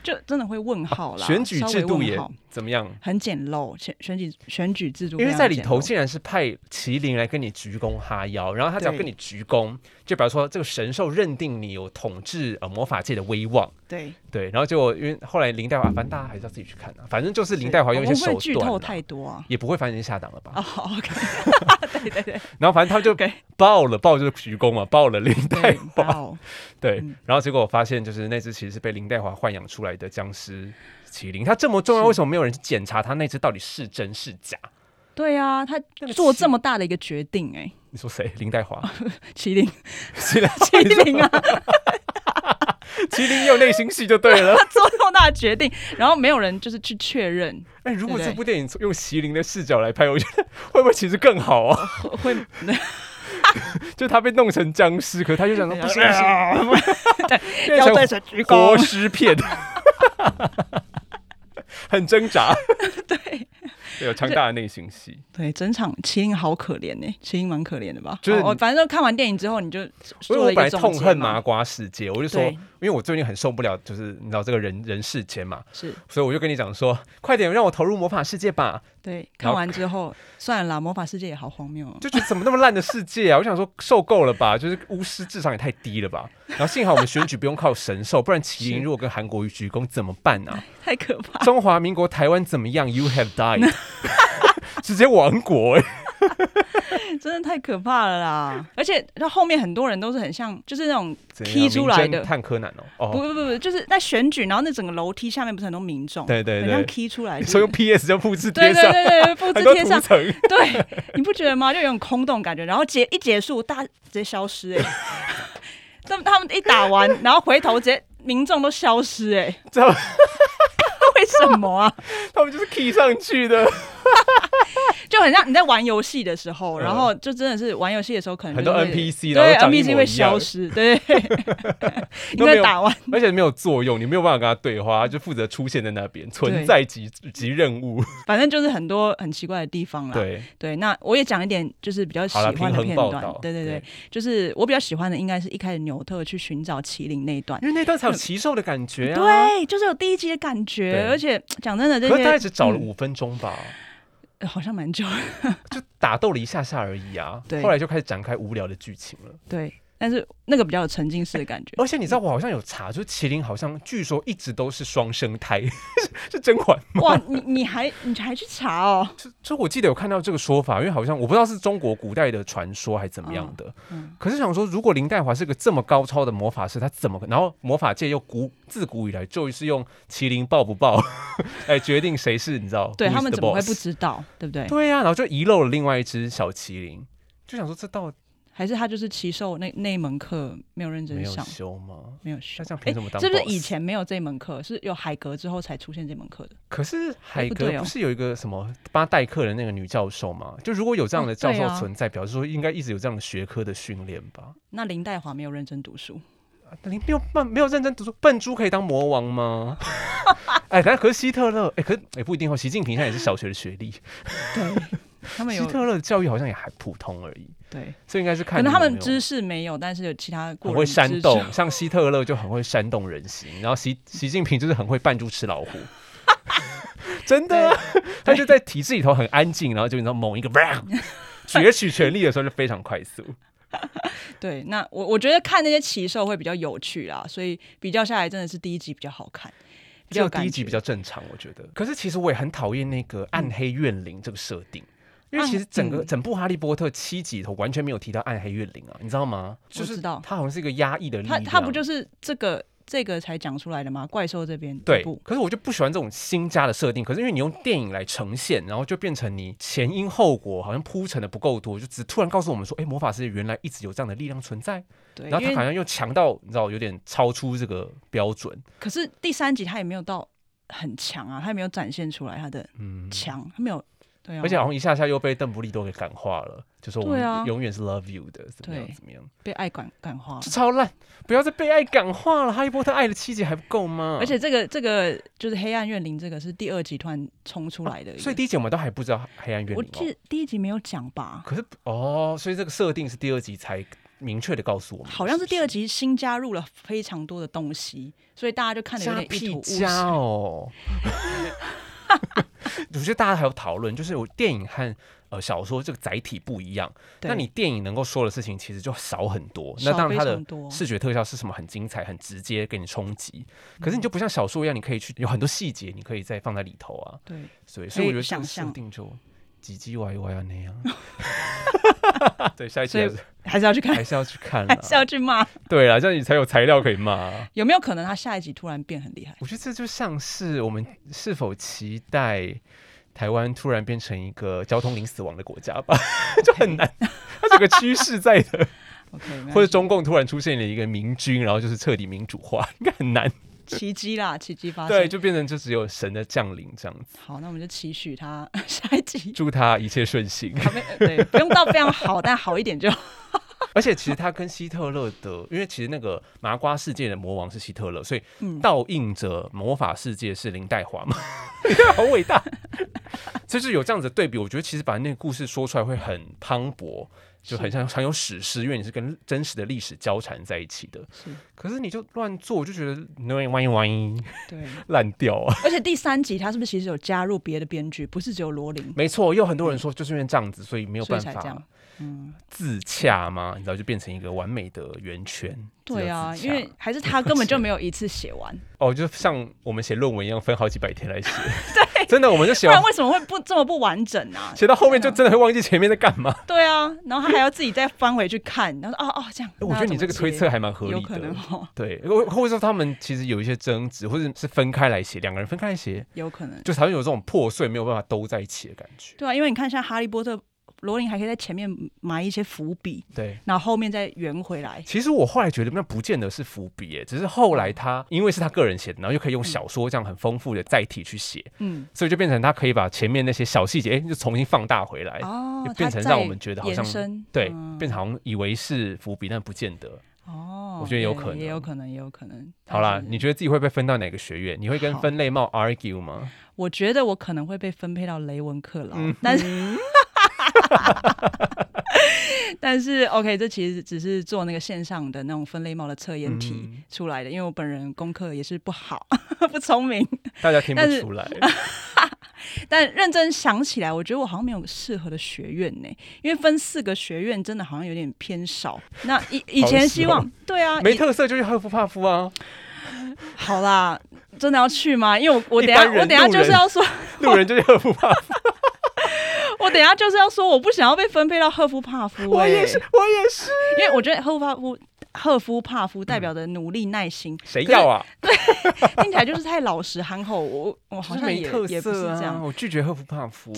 [SPEAKER 1] 就真的会问号啦。
[SPEAKER 2] 选举
[SPEAKER 1] 稍微
[SPEAKER 2] 制度
[SPEAKER 1] 问
[SPEAKER 2] 也
[SPEAKER 1] 号
[SPEAKER 2] 怎么样？
[SPEAKER 1] 很简陋，选选举选举制度非
[SPEAKER 2] 因
[SPEAKER 1] 常
[SPEAKER 2] 为在里
[SPEAKER 1] 简
[SPEAKER 2] 头
[SPEAKER 1] 陋
[SPEAKER 2] 竟然是派麒麟来跟你鞠躬哈腰，然后他只要
[SPEAKER 1] 对
[SPEAKER 2] 跟你鞠躬，就比方说这个神兽认定你有统治呃魔法界的威望，
[SPEAKER 1] 对
[SPEAKER 2] 对，然后就因为后来林黛华，反正大家还是要自己去看啊，反正就是林黛华用一些
[SPEAKER 1] 我哦们会
[SPEAKER 2] 手
[SPEAKER 1] 不会剧
[SPEAKER 2] 段
[SPEAKER 1] 透
[SPEAKER 2] 啊、
[SPEAKER 1] 太多啊。
[SPEAKER 2] 也不会，反正已经下档了吧？
[SPEAKER 1] 哦、o k 对对对
[SPEAKER 2] 然后反正他们就
[SPEAKER 1] OK
[SPEAKER 2] 爆了，爆就是鞠躬嘛，爆了林黛
[SPEAKER 1] 对，哇
[SPEAKER 2] 华，
[SPEAKER 1] 哦，
[SPEAKER 2] 对
[SPEAKER 1] 嗯。
[SPEAKER 2] 然后结果我发现，就是那只其实是被林黛华豢养出来的僵尸麒麟，它这么重要，
[SPEAKER 1] 是
[SPEAKER 2] 为什么没有人去检查它那只到底是真是假？
[SPEAKER 1] 对啊，他
[SPEAKER 2] 那个
[SPEAKER 1] 做
[SPEAKER 2] 麒
[SPEAKER 1] 这么大的一个决定、
[SPEAKER 2] 你说谁？林 黛华？
[SPEAKER 1] 哎，麒 麟，
[SPEAKER 2] 麒麟，
[SPEAKER 1] 麒麟啊，
[SPEAKER 2] 麒麟也有内心戏就 对了。
[SPEAKER 1] 他做这么大的决定，然后没有人就是去确认，
[SPEAKER 2] 哎，如果
[SPEAKER 1] 对对
[SPEAKER 2] 这部电影用麒麟的视角来拍，我觉得会不会其实更好 啊？
[SPEAKER 1] 会会
[SPEAKER 2] 就他被弄成僵尸，可他就想说不行
[SPEAKER 1] 哎
[SPEAKER 2] 不行，
[SPEAKER 1] 行，
[SPEAKER 2] 变成
[SPEAKER 1] 神鞠
[SPEAKER 2] 活 尸片，很挣扎。
[SPEAKER 1] 对
[SPEAKER 2] 对，有强大的内心戏。
[SPEAKER 1] 对，整场麒麟好可怜呢、麒麟蛮可怜的吧？
[SPEAKER 2] 就是
[SPEAKER 1] 哦、反正看完电影之后，你就
[SPEAKER 2] 因
[SPEAKER 1] 做
[SPEAKER 2] 为
[SPEAKER 1] 了
[SPEAKER 2] 我
[SPEAKER 1] 一
[SPEAKER 2] 本
[SPEAKER 1] 个
[SPEAKER 2] 来
[SPEAKER 1] 总
[SPEAKER 2] 痛
[SPEAKER 1] 结
[SPEAKER 2] 恨啊
[SPEAKER 1] 嘛
[SPEAKER 2] 麻，瓜世界，我就说，
[SPEAKER 1] 对
[SPEAKER 2] 因为我最近很受不了，就是你知道这个人人世间嘛，
[SPEAKER 1] 是
[SPEAKER 2] 所以我就跟你讲说，快点让我投入魔法世界吧，
[SPEAKER 1] 对。看完之后，算了啦，魔法世界也好荒谬、哦。
[SPEAKER 2] 就觉得怎么那么烂的世界啊！我 想说受够了吧，就是巫师智商也太低了吧。然后幸好我们选举不用靠神兽，不然麒麟
[SPEAKER 1] 是
[SPEAKER 2] 如果跟韩国瑜鞠躬怎么办啊？
[SPEAKER 1] 太可怕。
[SPEAKER 2] 中华民国台湾怎么样？You have died，直接亡国、欸。
[SPEAKER 1] 真的太可怕了 啦！而且到后面很多人都是很像，就是那种
[SPEAKER 2] 怎样
[SPEAKER 1] 踢出来
[SPEAKER 2] 名
[SPEAKER 1] 的
[SPEAKER 2] 侦，探柯南哦，
[SPEAKER 1] 不
[SPEAKER 2] 哦，
[SPEAKER 1] 不不不，就是在选举，然后那整个楼梯下面不是很多民众，
[SPEAKER 2] 对对
[SPEAKER 1] 很像
[SPEAKER 2] 对，
[SPEAKER 1] 踢出来，
[SPEAKER 2] 你
[SPEAKER 1] 就是
[SPEAKER 2] 说用 PS 就复制
[SPEAKER 1] 对
[SPEAKER 2] 贴
[SPEAKER 1] 对
[SPEAKER 2] 上，
[SPEAKER 1] 对对，对复
[SPEAKER 2] 很
[SPEAKER 1] 制
[SPEAKER 2] 多
[SPEAKER 1] 贴上
[SPEAKER 2] 图，层。
[SPEAKER 1] 对，你不觉得吗？就有种空洞感觉，然后结一结束，大家直接消失、哎，他们他们一打完，然后回头直接民众都消失、哎，
[SPEAKER 2] 知道
[SPEAKER 1] 为什么啊？
[SPEAKER 2] 他们就是 key 上去的，
[SPEAKER 1] 就很像你在玩游戏的时候，
[SPEAKER 2] 嗯
[SPEAKER 1] 然后就真的是玩游戏的时候，可能
[SPEAKER 2] 很多
[SPEAKER 1] 就是会
[SPEAKER 2] NPC 然后
[SPEAKER 1] 对
[SPEAKER 2] 长一模
[SPEAKER 1] NPC 会
[SPEAKER 2] 一样
[SPEAKER 1] 消失， 对，你
[SPEAKER 2] 都没
[SPEAKER 1] 在
[SPEAKER 2] 有
[SPEAKER 1] 打完。
[SPEAKER 2] 而且没有作用，你没有办法跟他对话，他就负责出现在那边，存在即即任务。
[SPEAKER 1] 反正就是很多很奇怪的地方啦。
[SPEAKER 2] 对，
[SPEAKER 1] 对那我也讲一点，就是比较喜
[SPEAKER 2] 好了，
[SPEAKER 1] 欢
[SPEAKER 2] 平
[SPEAKER 1] 的
[SPEAKER 2] 衡
[SPEAKER 1] 片
[SPEAKER 2] 报
[SPEAKER 1] 段
[SPEAKER 2] 道。。
[SPEAKER 1] 对对对，，就是我比较喜欢的应该是一开始纽特去寻找麒麟那一段。
[SPEAKER 2] 因为那段才有奇兽的感觉啊。。
[SPEAKER 1] 对，就是有第一集的感觉
[SPEAKER 2] 对，
[SPEAKER 1] 而且讲真的，这
[SPEAKER 2] 可是大概
[SPEAKER 1] 些
[SPEAKER 2] 只找了五分钟吧，
[SPEAKER 1] 呃好像蛮久的。
[SPEAKER 2] 就打斗了一下下而已啊。
[SPEAKER 1] 对
[SPEAKER 2] 后来就开始展开无聊的剧情了。
[SPEAKER 1] 对，但是那个比较有沉浸式的感 觉。
[SPEAKER 2] 而且你知道，我好像有查，就是麒麟好像据说一直都是双生胎， 是甄嬛吗？
[SPEAKER 1] 哇，你你还你还去查哦？
[SPEAKER 2] 就就我记得有看到这个说法，因为好像我不知道是中国古代的传说还是怎么样的。
[SPEAKER 1] 嗯
[SPEAKER 2] 可是想说，如果林黛华是个这么高超的魔法师，他怎么可？然后魔法界又古自古以来就是用麒麟抱不抱 来决定谁是，你知道？
[SPEAKER 1] 对
[SPEAKER 2] who is
[SPEAKER 1] 他们
[SPEAKER 2] the
[SPEAKER 1] 怎么会不
[SPEAKER 2] boss？
[SPEAKER 1] 知道？对不对？
[SPEAKER 2] 对啊呀、然后就遗漏了另外一只小麒麟，就想说这到底
[SPEAKER 1] 还是他就是奇兽那那一门课没有认
[SPEAKER 2] 没
[SPEAKER 1] 真
[SPEAKER 2] 有
[SPEAKER 1] 上，
[SPEAKER 2] 修吗？
[SPEAKER 1] 没有学
[SPEAKER 2] 那。这样凭
[SPEAKER 1] 哎
[SPEAKER 2] 什么当、
[SPEAKER 1] 是
[SPEAKER 2] boss？
[SPEAKER 1] 不是以前没有这门课？是有海格之后才出现这门课的？
[SPEAKER 2] 可是海
[SPEAKER 1] 不
[SPEAKER 2] 格
[SPEAKER 1] 对哦
[SPEAKER 2] 不是有一个什么帮他代课的那个女教授吗？就如果有这样的
[SPEAKER 1] 哦
[SPEAKER 2] 教
[SPEAKER 1] 对
[SPEAKER 2] 授
[SPEAKER 1] 啊
[SPEAKER 2] 存在，表示说应该一直有这样的学科的训练吧？
[SPEAKER 1] 那林黛华没有认真读书，
[SPEAKER 2] 啊你没有笨，没有认真读书，笨猪可以当魔王吗？ 哎，但可是希特勒，哎，可是也不一定哦。习近平现在也是小学的学历，
[SPEAKER 1] 对他们
[SPEAKER 2] 希
[SPEAKER 1] 有
[SPEAKER 2] 特勒的教育好像也还普通而已，
[SPEAKER 1] 对，
[SPEAKER 2] 所以应该是看
[SPEAKER 1] 可能他
[SPEAKER 2] 你
[SPEAKER 1] 们
[SPEAKER 2] 有没有
[SPEAKER 1] 知识没有，但是有其他过
[SPEAKER 2] 很
[SPEAKER 1] 人
[SPEAKER 2] 会
[SPEAKER 1] 之
[SPEAKER 2] 煽
[SPEAKER 1] 处
[SPEAKER 2] 动，像希特勒就很会煽动人心，然后习习近平就是很会扮猪吃老虎， 真的啊、 他就在体制里头很安静，然后就你知道某一个 攫取权力的时候就非常快速。
[SPEAKER 1] 对，那我我觉得看那些奇兽会比较有趣啦，所以比较下来真的是第一集比较好看，比
[SPEAKER 2] 只
[SPEAKER 1] 较
[SPEAKER 2] 有
[SPEAKER 1] 有感
[SPEAKER 2] 第一集比
[SPEAKER 1] 觉
[SPEAKER 2] 较正常，我觉得。可是其实我也很讨厌那个暗黑怨灵这个设定。因为其实整个
[SPEAKER 1] 嗯
[SPEAKER 2] 整部《哈利波特》七集里头完全没有提到暗黑怨灵啊，你知道吗？
[SPEAKER 1] 我
[SPEAKER 2] 就是
[SPEAKER 1] 知道
[SPEAKER 2] 它好像是一个压抑的力
[SPEAKER 1] 他
[SPEAKER 2] 量。
[SPEAKER 1] 他不就是这个这个才讲出来的吗？怪兽这边
[SPEAKER 2] 对
[SPEAKER 1] 不，
[SPEAKER 2] 可是我就不喜欢这种新加的设定。可是因为你用电影来呈现，然后就变成你前因后果好像铺陈的不够多，就只突然告诉我们说，哎、魔法师原来一直有这样的力量存在，
[SPEAKER 1] 对，
[SPEAKER 2] 然后
[SPEAKER 1] 因
[SPEAKER 2] 他
[SPEAKER 1] 为
[SPEAKER 2] 好像又强到你知道有点超出这个标准，
[SPEAKER 1] 可是第三集他也没有到很强啊，他也没有展现出来他的
[SPEAKER 2] 嗯，
[SPEAKER 1] 强，他没有对啊，
[SPEAKER 2] 而且好像一下下又被邓布利多给感化了，就说我
[SPEAKER 1] 对啊
[SPEAKER 2] 们永远是 love you 的，怎么样
[SPEAKER 1] 对哦
[SPEAKER 2] 怎么样，
[SPEAKER 1] 被爱感感化了
[SPEAKER 2] 这。超烂，不要再被爱感化了。哈利波特爱了七集还不够吗？
[SPEAKER 1] 而且这个这个就是黑暗怨灵，这个是第二集突然冲出来的一个、
[SPEAKER 2] 哦所以第一集我们都还不知道黑暗怨
[SPEAKER 1] 我
[SPEAKER 2] 灵、
[SPEAKER 1] 记
[SPEAKER 2] 哦，
[SPEAKER 1] 得第一集没有讲吧？
[SPEAKER 2] 可是哦，所以这个设定是第二集才明确的告诉我们，
[SPEAKER 1] 好像是
[SPEAKER 2] 不
[SPEAKER 1] 第二集新加入了非常多的东西，所以大家就看得有
[SPEAKER 2] 加
[SPEAKER 1] 点一
[SPEAKER 2] 屁
[SPEAKER 1] 头雾水。
[SPEAKER 2] 加哦！ 我觉得大家还有讨论，就是我电影和呃小说这个载体不一样，
[SPEAKER 1] 对
[SPEAKER 2] 那你电影能够说的事情其实就少很多。
[SPEAKER 1] 少
[SPEAKER 2] 那当然它
[SPEAKER 1] 非
[SPEAKER 2] 的
[SPEAKER 1] 常多
[SPEAKER 2] 视觉特效是什么很精彩、很直接给你冲击，可是你就不像小说一样，你可以去有很多细节，你可以再放在里头啊。
[SPEAKER 1] 对，
[SPEAKER 2] 所以，
[SPEAKER 1] 可
[SPEAKER 2] 所以我
[SPEAKER 1] 以
[SPEAKER 2] 觉得这
[SPEAKER 1] 想
[SPEAKER 2] 个设
[SPEAKER 1] 象
[SPEAKER 2] 定就唧唧歪歪啊 那样。对，下一期
[SPEAKER 1] 所以
[SPEAKER 2] 还
[SPEAKER 1] 还是
[SPEAKER 2] 是
[SPEAKER 1] 要去看
[SPEAKER 2] 还，是要去看啦
[SPEAKER 1] 还。是要去骂。
[SPEAKER 2] 对啊，这样你才有材料可以骂啊。
[SPEAKER 1] 有没有可能他下一集突然变很厉 害？
[SPEAKER 2] 我觉得这就像是我们是否期待台湾突然变成一个交通零死亡的国家吧， 就 很难。它整个趋势在的，
[SPEAKER 1] OK，没关系
[SPEAKER 2] 或者中共突然出现了一个明君，然后就是彻底民主化， 应该很难。
[SPEAKER 1] 奇迹啦，奇迹发生。
[SPEAKER 2] 对，就变成就只有神的降临这样子。
[SPEAKER 1] 好，那我们就期许他下一集。
[SPEAKER 2] 祝他一切 顺心。
[SPEAKER 1] 好没对，不用到非常好，但好一点就好。
[SPEAKER 2] 而且其实他跟希特勒的，因为其实那个麻瓜世界的魔王是希特勒，所以
[SPEAKER 1] 嗯
[SPEAKER 2] 倒映着魔法世界是林黛华 嘛，林黛华好伟大，就是有这样子的对比，我觉得其实把那个故事说出来会很磅礴，就很像很有史诗，因为你是跟真实的历史交缠在一起的。
[SPEAKER 1] 是
[SPEAKER 2] 可是你就乱做，我就觉得 那万一万一
[SPEAKER 1] 对，
[SPEAKER 2] 烂掉啊！
[SPEAKER 1] 而且第三集他是不是其实有加入别的编剧，不是只有罗琳？
[SPEAKER 2] 没错，也有很
[SPEAKER 1] 嗯
[SPEAKER 2] 多人说就是因为这样子，所以没有
[SPEAKER 1] 所
[SPEAKER 2] 办
[SPEAKER 1] 以才这样嗯
[SPEAKER 2] 法。自洽嘛，你知道就变成一个完美的圆圈。
[SPEAKER 1] 对啊，
[SPEAKER 2] 只 有自洽
[SPEAKER 1] 因为还是他根本就没有一次写完，
[SPEAKER 2] 哦，就像我们写论文一样，分好几百天 来写。对，真的，我们就写
[SPEAKER 1] 不然
[SPEAKER 2] 完，
[SPEAKER 1] 为什么会不这么不完整啊？
[SPEAKER 2] 写到后面就真的会忘记前面在干嘛。
[SPEAKER 1] 对啊，然后他还要自己再翻回去看，然后说哦哦这样。
[SPEAKER 2] 哎我觉得你这个推测还蛮合
[SPEAKER 1] 有
[SPEAKER 2] 理
[SPEAKER 1] 可能
[SPEAKER 2] 的。
[SPEAKER 1] 哦，
[SPEAKER 2] 对，或或者说他们其实有一些争执，或者是分开来写，两个人分开来写，
[SPEAKER 1] 有可能。
[SPEAKER 2] 就好像有这种破碎没有办法兜在一起的感觉。
[SPEAKER 1] 对啊，因为你看像《哈利波特》，罗琳还可以在前面埋一些伏笔，
[SPEAKER 2] 对，
[SPEAKER 1] 然后后面再圆回来。
[SPEAKER 2] 其实我后来觉得那不见得是伏笔耶，只是后
[SPEAKER 1] 嗯
[SPEAKER 2] 来他因为是他个人写的，然后又可以用小说这样很丰富的载体去写，
[SPEAKER 1] 嗯，
[SPEAKER 2] 所以就变成他可以把前面那些小细节，哎，就重新放大回来。
[SPEAKER 1] 哦
[SPEAKER 2] 就，哎变
[SPEAKER 1] 它
[SPEAKER 2] 成
[SPEAKER 1] 再
[SPEAKER 2] 让我们觉得好像
[SPEAKER 1] 延伸
[SPEAKER 2] 对，
[SPEAKER 1] 嗯
[SPEAKER 2] 变成好像以为是伏笔，但不见得。
[SPEAKER 1] 哦，
[SPEAKER 2] 我觉得有
[SPEAKER 1] 对
[SPEAKER 2] 可
[SPEAKER 1] 也有
[SPEAKER 2] 能
[SPEAKER 1] 可能，也有可能。
[SPEAKER 2] 好啦，
[SPEAKER 1] 但是
[SPEAKER 2] 你觉得自己会被分到哪个学院？你会跟
[SPEAKER 1] 好
[SPEAKER 2] 分类帽 argue 吗？
[SPEAKER 1] 我觉得我可能会被分配到雷文克劳，
[SPEAKER 2] 嗯
[SPEAKER 1] 但是。 但是，OK，这其实只是做那个线上的那种分类帽的测验题
[SPEAKER 2] 嗯
[SPEAKER 1] 出来的， 因为我本人功课也是不好，不聪明，
[SPEAKER 2] 大家听不
[SPEAKER 1] 但是
[SPEAKER 2] 出来，
[SPEAKER 1] 但认真想起来，我觉得我好像没有适合的学院呢，因为分四个学院真的好像有点偏少。那以以前希望， 对啊，
[SPEAKER 2] 没
[SPEAKER 1] 以
[SPEAKER 2] 特色就去赫夫帕夫 啊，
[SPEAKER 1] 好啦，真的要去吗？因为我我
[SPEAKER 2] 一
[SPEAKER 1] 等下
[SPEAKER 2] 般人
[SPEAKER 1] 我等下
[SPEAKER 2] 路
[SPEAKER 1] 就是
[SPEAKER 2] 人
[SPEAKER 1] 要说，
[SPEAKER 2] 路人就去赫夫帕夫。
[SPEAKER 1] 我等下就是要说，我不想要被分配到赫夫帕夫、欸。
[SPEAKER 2] 我也是，我也是。
[SPEAKER 1] 因为我觉得赫夫帕夫。赫夫帕夫代表
[SPEAKER 2] 嗯
[SPEAKER 1] 的努力、耐心，
[SPEAKER 2] 谁要啊？
[SPEAKER 1] 听起来就是太老实憨厚。我我好
[SPEAKER 2] 就是
[SPEAKER 1] 像
[SPEAKER 2] 没
[SPEAKER 1] 也、
[SPEAKER 2] 特
[SPEAKER 1] 也不是
[SPEAKER 2] 色
[SPEAKER 1] 这
[SPEAKER 2] 啊！
[SPEAKER 1] 样。
[SPEAKER 2] 我拒绝赫夫帕夫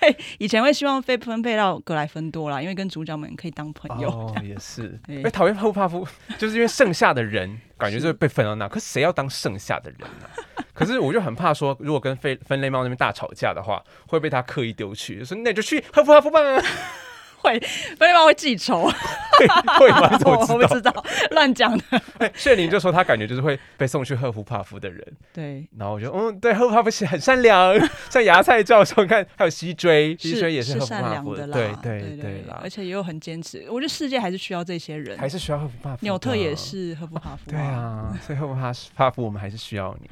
[SPEAKER 2] 哎。
[SPEAKER 1] 以前会希望被分配到格莱芬多啦，因为跟主角们可以当朋友。
[SPEAKER 2] 哦，也是。
[SPEAKER 1] 哎
[SPEAKER 2] 哎，讨厌赫夫帕夫， 就是因为剩下 的人感觉就是被分到那，可是谁要当剩下的人呢？ 可是我就很怕说，如果跟分分类猫那边大吵架的话，会被他刻意丢去，就说那你就去赫夫帕夫吧，
[SPEAKER 1] 会，不然会记仇。
[SPEAKER 2] 会吗？这
[SPEAKER 1] 我
[SPEAKER 2] 我知
[SPEAKER 1] 不
[SPEAKER 2] 道。
[SPEAKER 1] 知道，乱讲的。
[SPEAKER 2] 哎炫灵就说他感觉就是会被送去赫夫帕夫的人，
[SPEAKER 1] 对，
[SPEAKER 2] 然后我就嗯，对，赫夫帕夫是很善良， 像芽菜教授，你看还有西追，西追也
[SPEAKER 1] 是
[SPEAKER 2] 赫夫
[SPEAKER 1] 善
[SPEAKER 2] 帕
[SPEAKER 1] 良
[SPEAKER 2] 夫
[SPEAKER 1] 的啦，
[SPEAKER 2] 对
[SPEAKER 1] 对
[SPEAKER 2] 对啦
[SPEAKER 1] 而，且也有很坚持。我觉得世界还是需要这些人，
[SPEAKER 2] 还是需要赫夫帕夫的啊。
[SPEAKER 1] 纽特也是赫夫帕夫、
[SPEAKER 2] 对， 啊，所以赫夫帕帕夫，我们还是需要 你。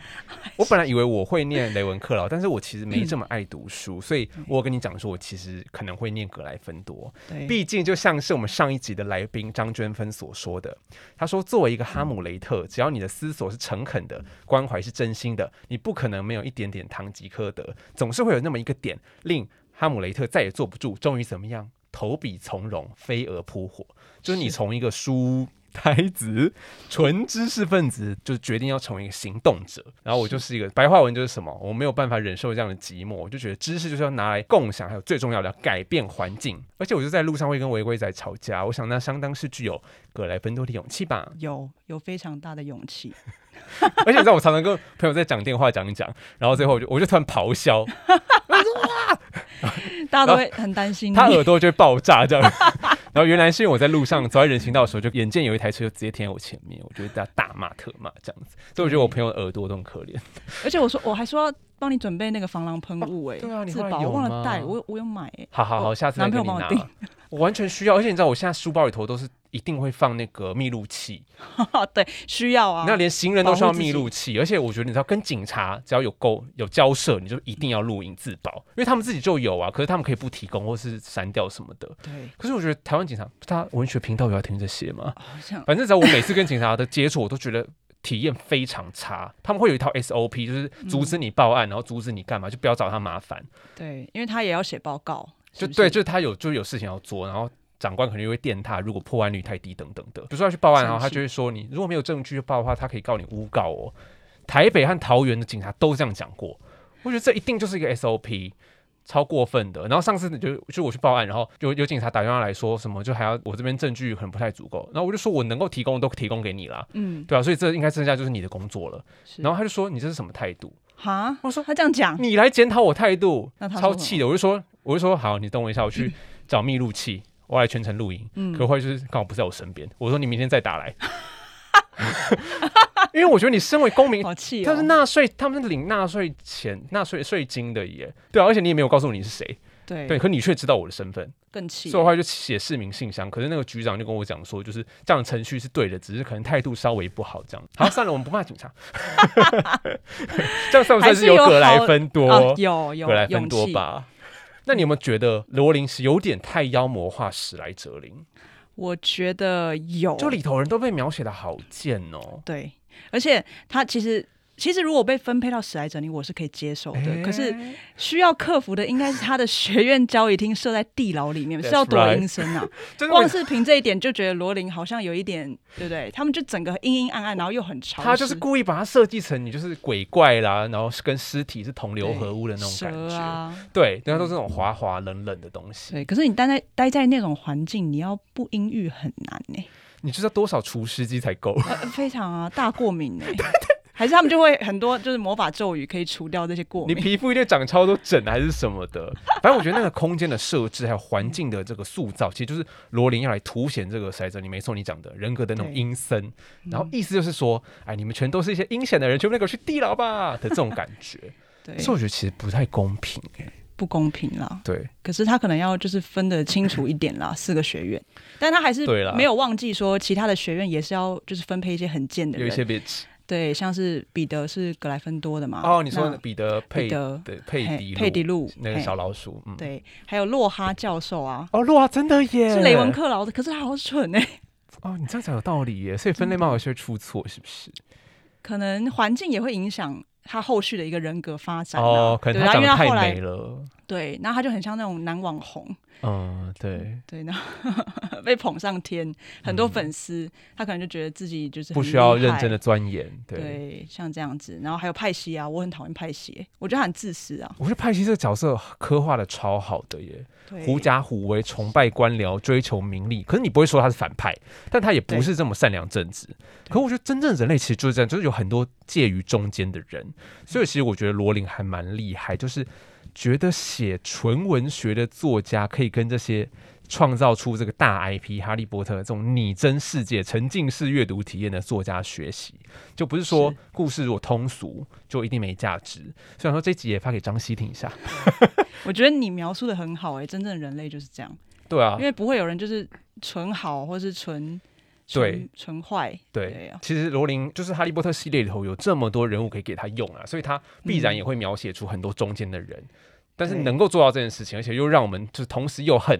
[SPEAKER 2] 我本来以为我会念雷文克劳，但是我其实没这么爱读书，所以我有跟你讲说，我其实可能会念格莱芬多。
[SPEAKER 1] 对，
[SPEAKER 2] 毕竟就像是我们上一集的来宾张娟芬所说的，她说作为一个哈姆雷特，只要你的思索是诚恳的，关怀是真心的，你不可能没有一点点堂吉诃德，总是会有那么一个点令哈姆雷特再也坐不住，终于怎么样，投笔从戎，飞蛾扑火，就是你
[SPEAKER 1] 是
[SPEAKER 2] 从一个书。呆子，纯知识分子，就是决定要成为一个行动者。然后我就是一个白话文，就是什么，我没有办法忍受这样的寂寞，我就觉得知识就是要拿来共享，还有最重要的要改变环境。而且我就在路上会跟违规仔吵架，我想那相当是具有格莱芬多的勇气吧。
[SPEAKER 1] 有有非常大的勇气。
[SPEAKER 2] 而且你知道，我常常跟朋友在讲电话讲一讲，然后最后我就我就突然咆哮，
[SPEAKER 1] 大家都会很担心你
[SPEAKER 2] 他耳朵就会爆炸这样。然后原来是因为我在路上走在人行道的时候，就眼见有一台车就直接停在我前面，我就会大大骂特骂这样子。所以我觉得我朋友的耳朵都很可怜。
[SPEAKER 1] 而且我说我还说要帮你准备那个防狼喷雾哎、
[SPEAKER 2] 对啊你
[SPEAKER 1] 自
[SPEAKER 2] 后来
[SPEAKER 1] 保
[SPEAKER 2] 有
[SPEAKER 1] 我忘了
[SPEAKER 2] 吗
[SPEAKER 1] 带，我有我有买哎、
[SPEAKER 2] 好好好，下次再
[SPEAKER 1] 男
[SPEAKER 2] 给
[SPEAKER 1] 朋
[SPEAKER 2] 你
[SPEAKER 1] 友帮我
[SPEAKER 2] 拿
[SPEAKER 1] 订。
[SPEAKER 2] 我完全需要，而且你知道，我现在书包里头都是一定会放那
[SPEAKER 1] 啊
[SPEAKER 2] 个密录器，
[SPEAKER 1] 对，需要啊。
[SPEAKER 2] 那连行人都需
[SPEAKER 1] 保
[SPEAKER 2] 要
[SPEAKER 1] 护自
[SPEAKER 2] 密
[SPEAKER 1] 己
[SPEAKER 2] 录器，而且我觉得你知道，跟警察只要有勾有交涉，你就一定要录影自保，因为他们自己就有啊，可是他们可以不提供或是删掉什么的。
[SPEAKER 1] 对，
[SPEAKER 2] 可是我觉得台湾警察他文学频道有要听这些吗？
[SPEAKER 1] 好像
[SPEAKER 2] 反正只要我每次跟警察的接触，我都觉得体验非常差。他们会有一套 SOP，就是阻止你报案，然后阻止你干嘛，就不要找他麻烦。
[SPEAKER 1] 对，因为他也要写报告，
[SPEAKER 2] 就是
[SPEAKER 1] 不是
[SPEAKER 2] 对，就是他有就是有事情要做，然后长官可能就会电他，如果破案率太低等等的。比如说要去报案，然后他
[SPEAKER 1] 生气
[SPEAKER 2] 就会说你如果没有证据报的话，他可以告你诬告哦。台北和桃园的警察都这样讲过，我觉得这一定就是一个 SOP。超过分的，然后上次就就我去报案，然后有有警察打电话来说什么，就还要我这边证据可能不太足够，然后我就说我能够提供的都提供给你啦，
[SPEAKER 1] 嗯，
[SPEAKER 2] 对啊，所以这应该剩下就是你的工作了。
[SPEAKER 1] 是
[SPEAKER 2] 然后他就说你这是什么态度？
[SPEAKER 1] 哈，
[SPEAKER 2] 我说
[SPEAKER 1] 他这样 讲，
[SPEAKER 2] 你来检讨我态度
[SPEAKER 1] 那，他说
[SPEAKER 2] 超气的。我就说，我就说好，你等我一下，我去找密录器，我来全程录音。
[SPEAKER 1] 嗯
[SPEAKER 2] 可后来就是刚好不在我身边，我说你明天再打来， 因为我觉得你身为公民。
[SPEAKER 1] 好气哦。
[SPEAKER 2] 他是纳税，他们是领纳税钱、纳税税金的耶，对啊，而且你也没有告诉我你是谁，
[SPEAKER 1] 对
[SPEAKER 2] 对，可你却知道我的身份，
[SPEAKER 1] 更气哦
[SPEAKER 2] 所以。我后来就写市民信箱。可是那个局长就跟我讲说，就是这样的程序是对的，只是可能态度稍微不好这样。好，算了，我们不骂警察， 这样算不算
[SPEAKER 1] 还是
[SPEAKER 2] 有
[SPEAKER 1] 有
[SPEAKER 2] 格莱
[SPEAKER 1] 好
[SPEAKER 2] 芬多？
[SPEAKER 1] 啊，有有
[SPEAKER 2] 格莱
[SPEAKER 1] 勇
[SPEAKER 2] 芬多
[SPEAKER 1] 气，
[SPEAKER 2] 吧。那你有没有觉得罗琳是有点太妖魔化史莱哲林？
[SPEAKER 1] 嗯我觉得有，
[SPEAKER 2] 就里头人都被描写的好贱哦。
[SPEAKER 1] 对，而且他其实其实如果被分配到史莱哲林，我是可以接受的，
[SPEAKER 2] 诶
[SPEAKER 1] 可是需要克服的应该是他的学院交易厅设在地牢里面，是要
[SPEAKER 2] That's
[SPEAKER 1] 多
[SPEAKER 2] right
[SPEAKER 1] 阴森啊！
[SPEAKER 2] 真的
[SPEAKER 1] 光
[SPEAKER 2] 会，
[SPEAKER 1] 是凭这一点就觉得罗琳好像有一点，对不对？他们就整个阴阴暗暗，然后又很潮湿，
[SPEAKER 2] 他就是故意把它设计成你就是鬼怪啦，然后是跟尸体是同流合污的那种感
[SPEAKER 1] 蛇
[SPEAKER 2] 觉。
[SPEAKER 1] 啊，
[SPEAKER 2] 对，人家都是那种滑滑冷冷的东西。
[SPEAKER 1] 对。可是你待在待在那种环境，你要不阴郁很难呢、
[SPEAKER 2] 你知道多少除湿机才够？
[SPEAKER 1] 呃非常啊，大过敏呢、还是他们就会很多就是魔法咒语可以除掉这些过
[SPEAKER 2] 你
[SPEAKER 1] 敏，
[SPEAKER 2] 皮肤一定长超多疹还是什么的。反正我觉得那个空间的设置还有环境的这个塑造，其实就是罗琳要来凸显这个塞哲，你没错，你讲的人格的那种
[SPEAKER 1] 对嗯
[SPEAKER 2] 阴森。然后意思就是说，哎，你们全都是一些阴险的人，全部那个去地牢吧的这种感觉。
[SPEAKER 1] 对，
[SPEAKER 2] 所以我觉得其实不太公平哎、
[SPEAKER 1] 不公平啦。
[SPEAKER 2] 对，
[SPEAKER 1] 可是他可能要就是分得清楚一点啦，四个学院，但他还是
[SPEAKER 2] 对啦
[SPEAKER 1] 没有忘记说其他的学院也是要就是分配一些很贱的
[SPEAKER 2] 有一
[SPEAKER 1] 人，
[SPEAKER 2] 些 bitch，
[SPEAKER 1] 对，像是彼得是格莱芬多的嘛。
[SPEAKER 2] 哦，你说
[SPEAKER 1] 那
[SPEAKER 2] 彼得佩
[SPEAKER 1] 彼得
[SPEAKER 2] 对佩
[SPEAKER 1] 嘿
[SPEAKER 2] 迪
[SPEAKER 1] 佩迪路
[SPEAKER 2] 那个
[SPEAKER 1] 嘿
[SPEAKER 2] 小老鼠，嗯，
[SPEAKER 1] 对，还有洛哈教授啊，
[SPEAKER 2] 哦，洛啊，真的耶，
[SPEAKER 1] 是雷文克劳的，可是他好蠢哎、
[SPEAKER 2] 哦，你这样讲有道理耶，所以分类貌有些会出错，是不是？
[SPEAKER 1] 可能环境也会影响他后续的一个人格发展、啊、
[SPEAKER 2] 哦，可能
[SPEAKER 1] 对，
[SPEAKER 2] 他
[SPEAKER 1] 然后
[SPEAKER 2] 长
[SPEAKER 1] 因为
[SPEAKER 2] 得
[SPEAKER 1] 他
[SPEAKER 2] 太
[SPEAKER 1] 后来
[SPEAKER 2] 美了，
[SPEAKER 1] 对，然后他就很像那种男网红，
[SPEAKER 2] 嗯，对，
[SPEAKER 1] 对，然后 被捧上天，很多粉丝，他可能就觉得自己就是
[SPEAKER 2] 嗯不需要认真
[SPEAKER 1] 的。
[SPEAKER 2] 的钻研，对。
[SPEAKER 1] 对，像这样子，然后还有派系啊，我很讨厌派系欸，我觉得他很自私啊。
[SPEAKER 2] 我觉得派西这个角色刻画的超好的耶，
[SPEAKER 1] 对，
[SPEAKER 2] 狐假虎威，崇拜官僚，追求名利。可是你不会说他是反派，但他也不
[SPEAKER 1] 对
[SPEAKER 2] 是这么善良正直。可我觉得真正人类其实就是这样，就是有很多介于中间的人。所以其实我觉得罗琳还蛮厉害，就是觉得写纯文学的作家可以跟这些创造出这个大 IP《哈利波特》这种拟真世界沉浸式阅读体验的作家学习，就不是说
[SPEAKER 1] 是
[SPEAKER 2] 故事如果通俗就一定没价值。虽然说这集也发给张希听一下，
[SPEAKER 1] 我觉得你描述的很好哎、真正的人类就是这样，
[SPEAKER 2] 对啊
[SPEAKER 1] 因，为不会有人就是纯好或是纯
[SPEAKER 2] 对
[SPEAKER 1] 纯纯坏，
[SPEAKER 2] 对
[SPEAKER 1] 啊，
[SPEAKER 2] 其实罗琳就是《哈利波特》系列里头有这么多人物可以给他用啊，所以他必然
[SPEAKER 1] 嗯
[SPEAKER 2] 也会描写出很多中间的人，但是
[SPEAKER 1] 对
[SPEAKER 2] 能够做到这件事情，而且又让我们就是同时又恨，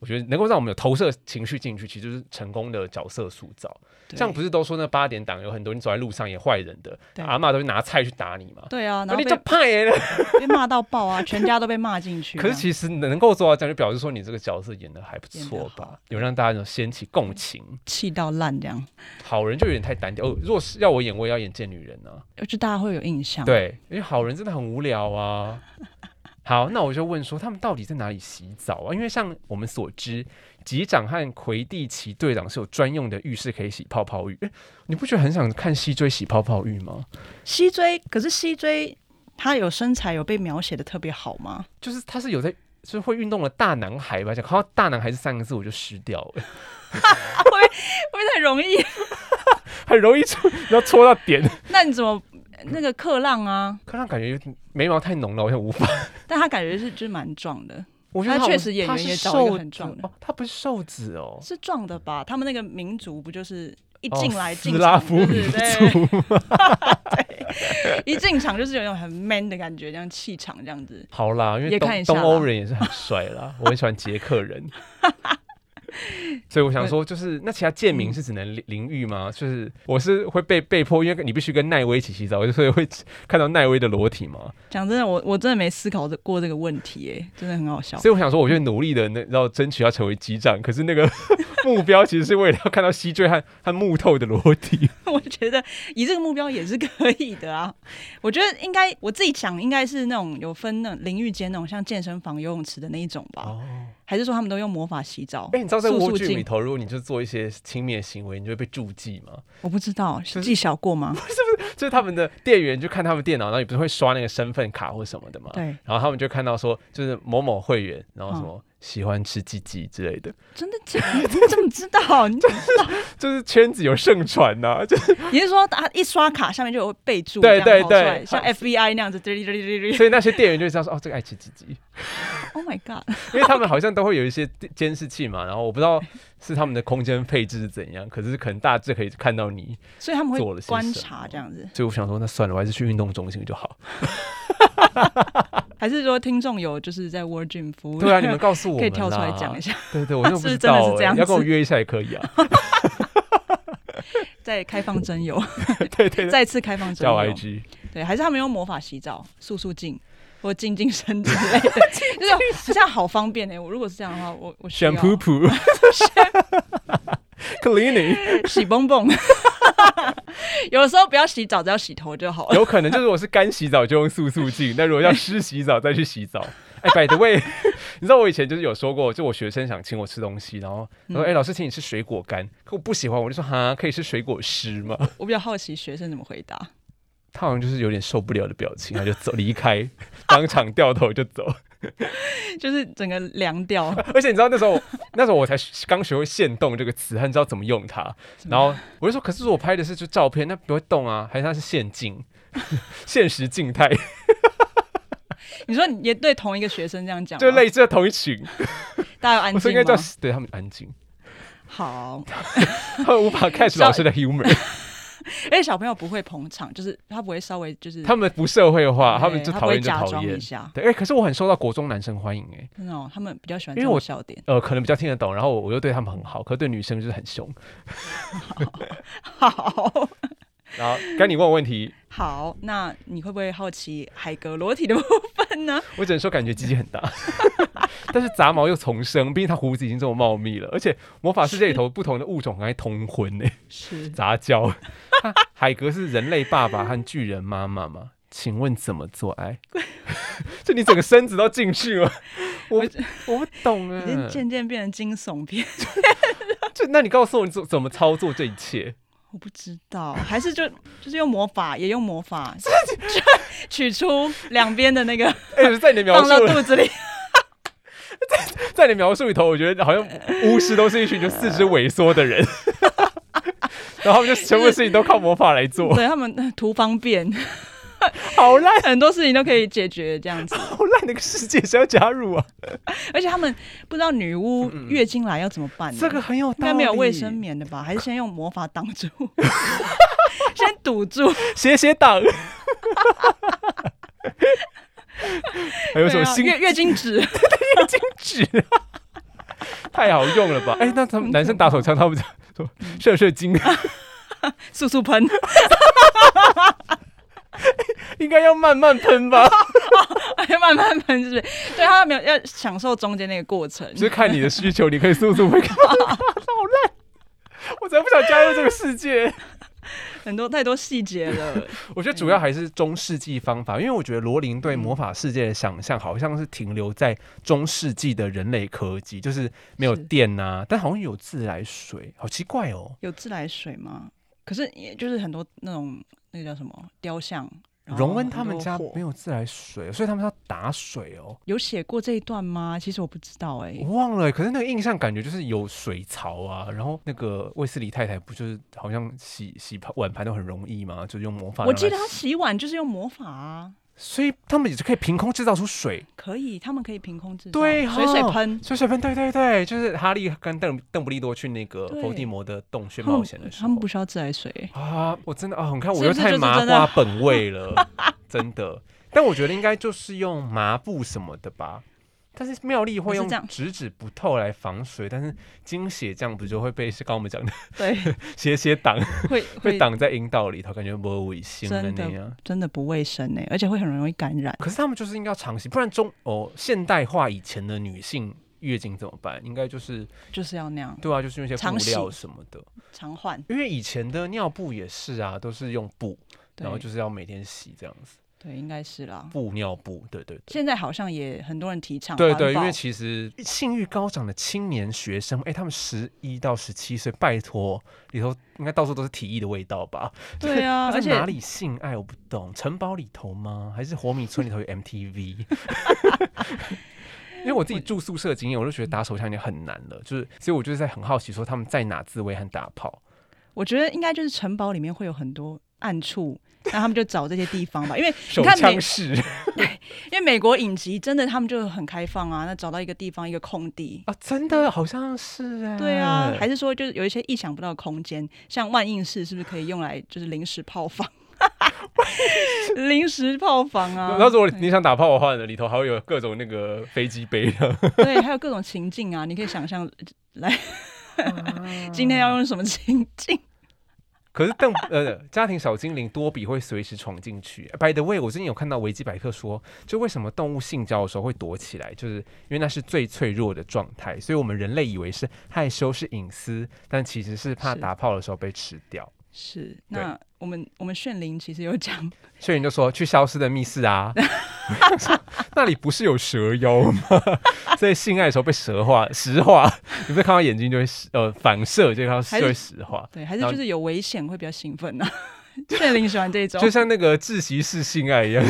[SPEAKER 2] 我觉得能够让我们有投射情绪进去，其实就是成功的角色塑造。像不
[SPEAKER 1] 是
[SPEAKER 2] 是都说那八点档有很多你走在路上也坏人的，
[SPEAKER 1] 对
[SPEAKER 2] 阿嬷都会拿菜去打你嘛，
[SPEAKER 1] 对啊，然
[SPEAKER 2] 那
[SPEAKER 1] 后
[SPEAKER 2] 哎你
[SPEAKER 1] 被
[SPEAKER 2] 就 派人。
[SPEAKER 1] 被骂到爆 啊，全家都被骂进去啊。
[SPEAKER 2] 可是其实能够做到这样，就表示说你这个角色演的还不
[SPEAKER 1] 演得
[SPEAKER 2] 错吧
[SPEAKER 1] 好，
[SPEAKER 2] 有让大家有掀起共情。
[SPEAKER 1] 气到烂这样，
[SPEAKER 2] 好人就有点太单调哦，若是要我演，我也要演贱女人啊。
[SPEAKER 1] 就大家会有印象。，
[SPEAKER 2] 对，因为好人真的很无聊 啊。好，那我就问说，他们到底在哪里洗澡啊？因为像我们所知，机长和魁地奇队长是有专用的浴室可以洗泡泡浴。诶你不觉得很想看西追洗泡泡浴吗？
[SPEAKER 1] 西追可是西追他有身材有被描写的特别好 吗？
[SPEAKER 2] 就是他是有在，就是会运动的大男孩吧？讲看到大男孩这三个字我就湿掉 了，
[SPEAKER 1] 会不会太容易？
[SPEAKER 2] 很容易戳，要戳到点。
[SPEAKER 1] 那你怎么那个克浪啊？
[SPEAKER 2] 可让感觉有点眉毛太浓了，我像无法。
[SPEAKER 1] 但他感觉是就是蛮壮的，
[SPEAKER 2] 我觉得
[SPEAKER 1] 他啊确
[SPEAKER 2] 好
[SPEAKER 1] 实演
[SPEAKER 2] 他
[SPEAKER 1] 员
[SPEAKER 2] 是
[SPEAKER 1] 也找一个
[SPEAKER 2] 瘦
[SPEAKER 1] 很壮的
[SPEAKER 2] 哦，他不是瘦子哦，
[SPEAKER 1] 是壮的吧？他们那个民族不就是一
[SPEAKER 2] 哦
[SPEAKER 1] 进来进
[SPEAKER 2] 斯
[SPEAKER 1] 场、
[SPEAKER 2] 拉夫
[SPEAKER 1] 就
[SPEAKER 2] 民
[SPEAKER 1] 是对
[SPEAKER 2] 族。
[SPEAKER 1] 一进场就是有一种很 man 的感觉，这样气场这样子。
[SPEAKER 2] 好啦，因为
[SPEAKER 1] 也
[SPEAKER 2] 东
[SPEAKER 1] 看一下
[SPEAKER 2] 东
[SPEAKER 1] 啦
[SPEAKER 2] 欧人也是很帅 啦，我很喜欢捷克人。所以我想说，就是那其他贱
[SPEAKER 1] 嗯
[SPEAKER 2] 民是只能淋淋浴吗？就是我是会被被迫，因为你必须跟奈威一起洗澡，所以会看到奈威的裸体嘛。
[SPEAKER 1] 讲真的，我我真的没思考这过这个问题、哎，真的很好笑。
[SPEAKER 2] 所以我想说，我就努力的那要争取要成为机长，可是那个 目标其实是为了要看到西坠和和木头的裸 体。
[SPEAKER 1] 我觉得以这个目标也是可以的啊。 我觉得应该我自己想，应该是那种有分那种淋浴间那种，像健身房、游泳池的那一种吧？
[SPEAKER 2] 哦，
[SPEAKER 1] 还是说他们都用魔法洗澡？
[SPEAKER 2] 哎、你知道在
[SPEAKER 1] 速
[SPEAKER 2] 蜗
[SPEAKER 1] 速
[SPEAKER 2] 居
[SPEAKER 1] 进
[SPEAKER 2] 里头，如果你就做一些轻蔑行为，你就会被注记吗？
[SPEAKER 1] 我不知道，
[SPEAKER 2] 是
[SPEAKER 1] 记小过 吗？
[SPEAKER 2] 就是他们的店员就看他们电脑，然后你不是会刷那个身份卡或什么的吗？
[SPEAKER 1] 对，
[SPEAKER 2] 然后他们就看到说，就是某某会员，然后什么喜欢吃鸡鸡之类的，
[SPEAKER 1] 真的假 的？你怎么知道？你怎么知道？
[SPEAKER 2] 就是圈子有盛传呐、 就是
[SPEAKER 1] 你是说他一刷卡下面就有备注这
[SPEAKER 2] 对
[SPEAKER 1] 样跑出来，
[SPEAKER 2] 对对
[SPEAKER 1] 像 FBI 那样子，滴滴滴滴滴
[SPEAKER 2] 所以那些店员就知道说，哦，这个爱吃鸡鸡，
[SPEAKER 1] ，Oh my god！
[SPEAKER 2] 因为他们好像都会有一些监监视器嘛，然后我不知道是他们的空间配置是怎样，可是可能大致可以看到你，
[SPEAKER 1] 所以他们
[SPEAKER 2] 做了
[SPEAKER 1] 会
[SPEAKER 2] 些
[SPEAKER 1] 观
[SPEAKER 2] 什么
[SPEAKER 1] 察这样子，
[SPEAKER 2] 所以我想说，那算了，我还是去运动中心就好。
[SPEAKER 1] 还是说听众有就是在 Virgin 服务？
[SPEAKER 2] 对啊，你们告诉我们
[SPEAKER 1] 可以跳出来讲一
[SPEAKER 2] 下。
[SPEAKER 1] 下，
[SPEAKER 2] 对对，我又不
[SPEAKER 1] 是
[SPEAKER 2] 知
[SPEAKER 1] 不是真的
[SPEAKER 2] 道、
[SPEAKER 1] 是这样
[SPEAKER 2] 欸要跟我
[SPEAKER 1] 子
[SPEAKER 2] 约一下也可以 啊。
[SPEAKER 1] 再开放真友，
[SPEAKER 2] 对对对，
[SPEAKER 1] 再次开放真
[SPEAKER 2] 叫
[SPEAKER 1] 友。
[SPEAKER 2] IG。
[SPEAKER 1] 对，还是他们用魔法洗澡，速速净或净净身之类 的，就是这样好方便哎、我如果是这样的话，我我需要
[SPEAKER 2] 选噗噗 ，cleaning，
[SPEAKER 1] 洗蹦蹦。 有的时候不要洗澡，只要洗头就好了。
[SPEAKER 2] 有可能就是我是干洗澡就用速速净，那如果要湿洗澡再去洗澡。哎、b y the way，你知 道我以前就是有说过，就我学生想请我吃东西，然后他说：“哎、老师，请你吃水果干。”可我不喜欢，我就说：“哈，可以吃水果湿吗
[SPEAKER 1] 我比较好奇学生怎么回答。？”
[SPEAKER 2] 他好像就是有点受不了的表情，他就走离开， 当场掉头就走。
[SPEAKER 1] 就是整个凉掉。
[SPEAKER 2] 而且你知道那时候，那时候我才刚学会“现动”这个词，还知道怎么用它。然后我就说：“可是我拍的是就照片，那不会动啊，还是它是现镜， 现实静态，
[SPEAKER 1] 你说你也对同一个学生这样讲吗，
[SPEAKER 2] 就类似的同一群。”
[SPEAKER 1] 大家有安
[SPEAKER 2] 我
[SPEAKER 1] 静
[SPEAKER 2] 说应该叫
[SPEAKER 1] 吗
[SPEAKER 2] 对他们安静，
[SPEAKER 1] 好， 嗯
[SPEAKER 2] 他们无法 catch 老师的 humor。
[SPEAKER 1] 而哎且小朋友不会捧场，就是他不会稍微就是
[SPEAKER 2] 他们不社会化，他们就
[SPEAKER 1] 对
[SPEAKER 2] 讨厌
[SPEAKER 1] 不会
[SPEAKER 2] 就
[SPEAKER 1] 假
[SPEAKER 2] 讨
[SPEAKER 1] 装
[SPEAKER 2] 厌
[SPEAKER 1] 一。下，
[SPEAKER 2] 对，哎、可是我很受到国中男生欢迎、哎，
[SPEAKER 1] 真的哦，他们比较喜欢
[SPEAKER 2] 因
[SPEAKER 1] 这
[SPEAKER 2] 为我
[SPEAKER 1] 种笑点。
[SPEAKER 2] 呃，可能比较听得懂，然后我我又对他们很好，可是对女生就是很凶。
[SPEAKER 1] 好
[SPEAKER 2] 然后该你问我问题，
[SPEAKER 1] 好，那你会不会好奇海格裸体的部分呢？
[SPEAKER 2] 我只能说感觉鸡鸡很 大，但是杂毛又重生，毕竟他胡子已经这么茂密了，而且魔法世界里头不同的物种很爱通婚呢、
[SPEAKER 1] 是
[SPEAKER 2] 杂交。 他海格是人类爸爸和巨人妈妈吗？请问怎么做爱？ 就你整个身子都进去了，我我不懂
[SPEAKER 1] 已经
[SPEAKER 2] 啊。
[SPEAKER 1] 渐渐变成惊悚片，
[SPEAKER 2] 就那你告诉我你怎怎么操作这一切？
[SPEAKER 1] 我不知道，还是就就是用魔法，也用魔 法取出两边的那个
[SPEAKER 2] 哎、 在你的描
[SPEAKER 1] 放到
[SPEAKER 2] 述，
[SPEAKER 1] 肚子里，
[SPEAKER 2] 在你的描述里头，我觉得好像巫师都是一群 就四肢萎缩的人， 然后他们就全部事情都靠魔法来做，
[SPEAKER 1] 对他们呃图方便，
[SPEAKER 2] 好烂
[SPEAKER 1] 很多事情都可以解决这样子。
[SPEAKER 2] 好烂的一个世界，谁要加入啊？
[SPEAKER 1] 而且他们不知道女巫月经来要怎么办呢、
[SPEAKER 2] 嗯这个很有道理，
[SPEAKER 1] 应该没有卫生，棉的吧？还是先用魔法挡 住，先堵住？
[SPEAKER 2] 斜斜 党。还有什
[SPEAKER 1] 对
[SPEAKER 2] 么
[SPEAKER 1] 啊
[SPEAKER 2] 新
[SPEAKER 1] 月月经纸？
[SPEAKER 2] 纸、 太好 用了吧？哎、那他们男生打手枪，他们就说
[SPEAKER 1] 嗯
[SPEAKER 2] 射射精，
[SPEAKER 1] 速速喷！
[SPEAKER 2] 应该要慢慢 喷吧？
[SPEAKER 1] 要慢慢喷，是不是？对他没有要享受中间那个过程。
[SPEAKER 2] 就是看你的需求，你可以速速会看。 好烂，我才不想加入这个世界。
[SPEAKER 1] 很多太多细节了，
[SPEAKER 2] 我觉得主要还是中世纪方法，因为我觉得罗琳对魔法世界的想象好像是停留在中世纪的人类科技，就是没有
[SPEAKER 1] 是
[SPEAKER 2] 电呐、但好像有自来水，好奇怪哦。
[SPEAKER 1] 有自来水吗？可是也就是很多那种那个叫什么雕像，然后
[SPEAKER 2] 荣恩他们
[SPEAKER 1] 很多
[SPEAKER 2] 家
[SPEAKER 1] 火
[SPEAKER 2] 没有自来水，所以他们要打水哦。
[SPEAKER 1] 有写过这一段吗？其实我不知道哎、
[SPEAKER 2] 我忘了，可是那个印象感觉就是有水槽啊，然后那个卫斯理太太不就是好像洗洗盘碗盘都很容易嘛，就用魔法。
[SPEAKER 1] 我记得，他洗碗就是用魔法啊，
[SPEAKER 2] 所以他们也是可以凭空制造出水，
[SPEAKER 1] 可以，他们可以凭空制造
[SPEAKER 2] 对
[SPEAKER 1] 水水
[SPEAKER 2] 哦
[SPEAKER 1] 喷。
[SPEAKER 2] 水水喷。对对对，就是哈利跟邓邓布利多去那个
[SPEAKER 1] 对
[SPEAKER 2] 伏地魔的洞穴
[SPEAKER 1] 他
[SPEAKER 2] 冒
[SPEAKER 1] 们
[SPEAKER 2] 险的时
[SPEAKER 1] 他
[SPEAKER 2] 候
[SPEAKER 1] 们不需要自来水，
[SPEAKER 2] 啊，我真的啊，你看我
[SPEAKER 1] 是
[SPEAKER 2] 又
[SPEAKER 1] 不是
[SPEAKER 2] 太
[SPEAKER 1] 就是
[SPEAKER 2] 麻
[SPEAKER 1] 真的
[SPEAKER 2] 瓜本位了，真的。但我觉得应该就是用麻布什么的吧。但是妙丽会
[SPEAKER 1] 是
[SPEAKER 2] 用
[SPEAKER 1] 这样
[SPEAKER 2] 直指不透来防水，但是精血这样不就会被是刚刚我们讲的
[SPEAKER 1] 对，
[SPEAKER 2] 斜斜挡
[SPEAKER 1] 会
[SPEAKER 2] 会挡在阴道里头，感觉不卫生的
[SPEAKER 1] 真
[SPEAKER 2] 那
[SPEAKER 1] 的
[SPEAKER 2] 样。
[SPEAKER 1] 真的不卫生欸呢、而且会很容易感染。
[SPEAKER 2] 可是他们就是应该要长期，不然中哦现代化以前的女性月经怎么办？应该就是
[SPEAKER 1] 就是要那样
[SPEAKER 2] 对啊，就是用一些布
[SPEAKER 1] 常洗
[SPEAKER 2] 料什么的，
[SPEAKER 1] 常换，
[SPEAKER 2] 因为以前的尿布也是啊，都是用布，
[SPEAKER 1] 对
[SPEAKER 2] 然后就是要每天洗这样子，
[SPEAKER 1] 对，应该是啦。
[SPEAKER 2] 布尿布，对对对。
[SPEAKER 1] 现在好像也很多人提倡
[SPEAKER 2] 对
[SPEAKER 1] 啊环
[SPEAKER 2] 对，因
[SPEAKER 1] 保
[SPEAKER 2] 为其实性欲高涨的青年学生，哎，他们十一到十七岁，拜托，里头应该到处都是体液的味道吧？
[SPEAKER 1] 对啊，
[SPEAKER 2] 而
[SPEAKER 1] 而
[SPEAKER 2] 且哪
[SPEAKER 1] 且
[SPEAKER 2] 里性爱我不懂，城堡里头吗？还是活米村里头有 MTV？因为我自己住宿舍经验，我就觉得打手枪已经很难了，就是，所以我就是在很好奇说他们在哪自慰和打炮。
[SPEAKER 1] 我觉得应该就是城堡里面会有很多暗处， 那他们就找这些地方吧。因为
[SPEAKER 2] 手
[SPEAKER 1] 你看美
[SPEAKER 2] 枪，式
[SPEAKER 1] 因为美国影集真的他们就很开放啊，那找到一个地方一个空地。
[SPEAKER 2] 啊，真的好像是哎、
[SPEAKER 1] 对啊，还是说就是有一些意想不到的空间，像万应室是不是可以用来就是临时炮 房？临时炮房啊，
[SPEAKER 2] 那如果你想打炮的话呢，里头还会有各种那个飞机杯的。
[SPEAKER 1] 对，还有各种情境啊，你可以想象来，
[SPEAKER 2] 啊
[SPEAKER 1] 今天要用什么情境？
[SPEAKER 2] 可是邓呃，家庭小精灵多比会随时闯进去。By the way，我最近有看到维基百科说，就为什么动物性交的时候会躲起来，就是因为那是最脆弱的状态，所以我们人类以为是害羞是隐私，但其实是怕
[SPEAKER 1] 是
[SPEAKER 2] 打炮的时候被吃 掉。
[SPEAKER 1] 是，那我们我们炫灵其实有讲，
[SPEAKER 2] 所以你就说去消失的密室啊， 那里不是有蛇妖吗？ 所以性爱的时候被蛇化石化，你不是看到眼睛就会石呃反射，就会看到
[SPEAKER 1] 还是
[SPEAKER 2] 就会石化。
[SPEAKER 1] 对，还是
[SPEAKER 2] 然后
[SPEAKER 1] 就是有危险会比较兴奋 啊。炫灵喜欢这种
[SPEAKER 2] 就，像那个窒息式性爱一样，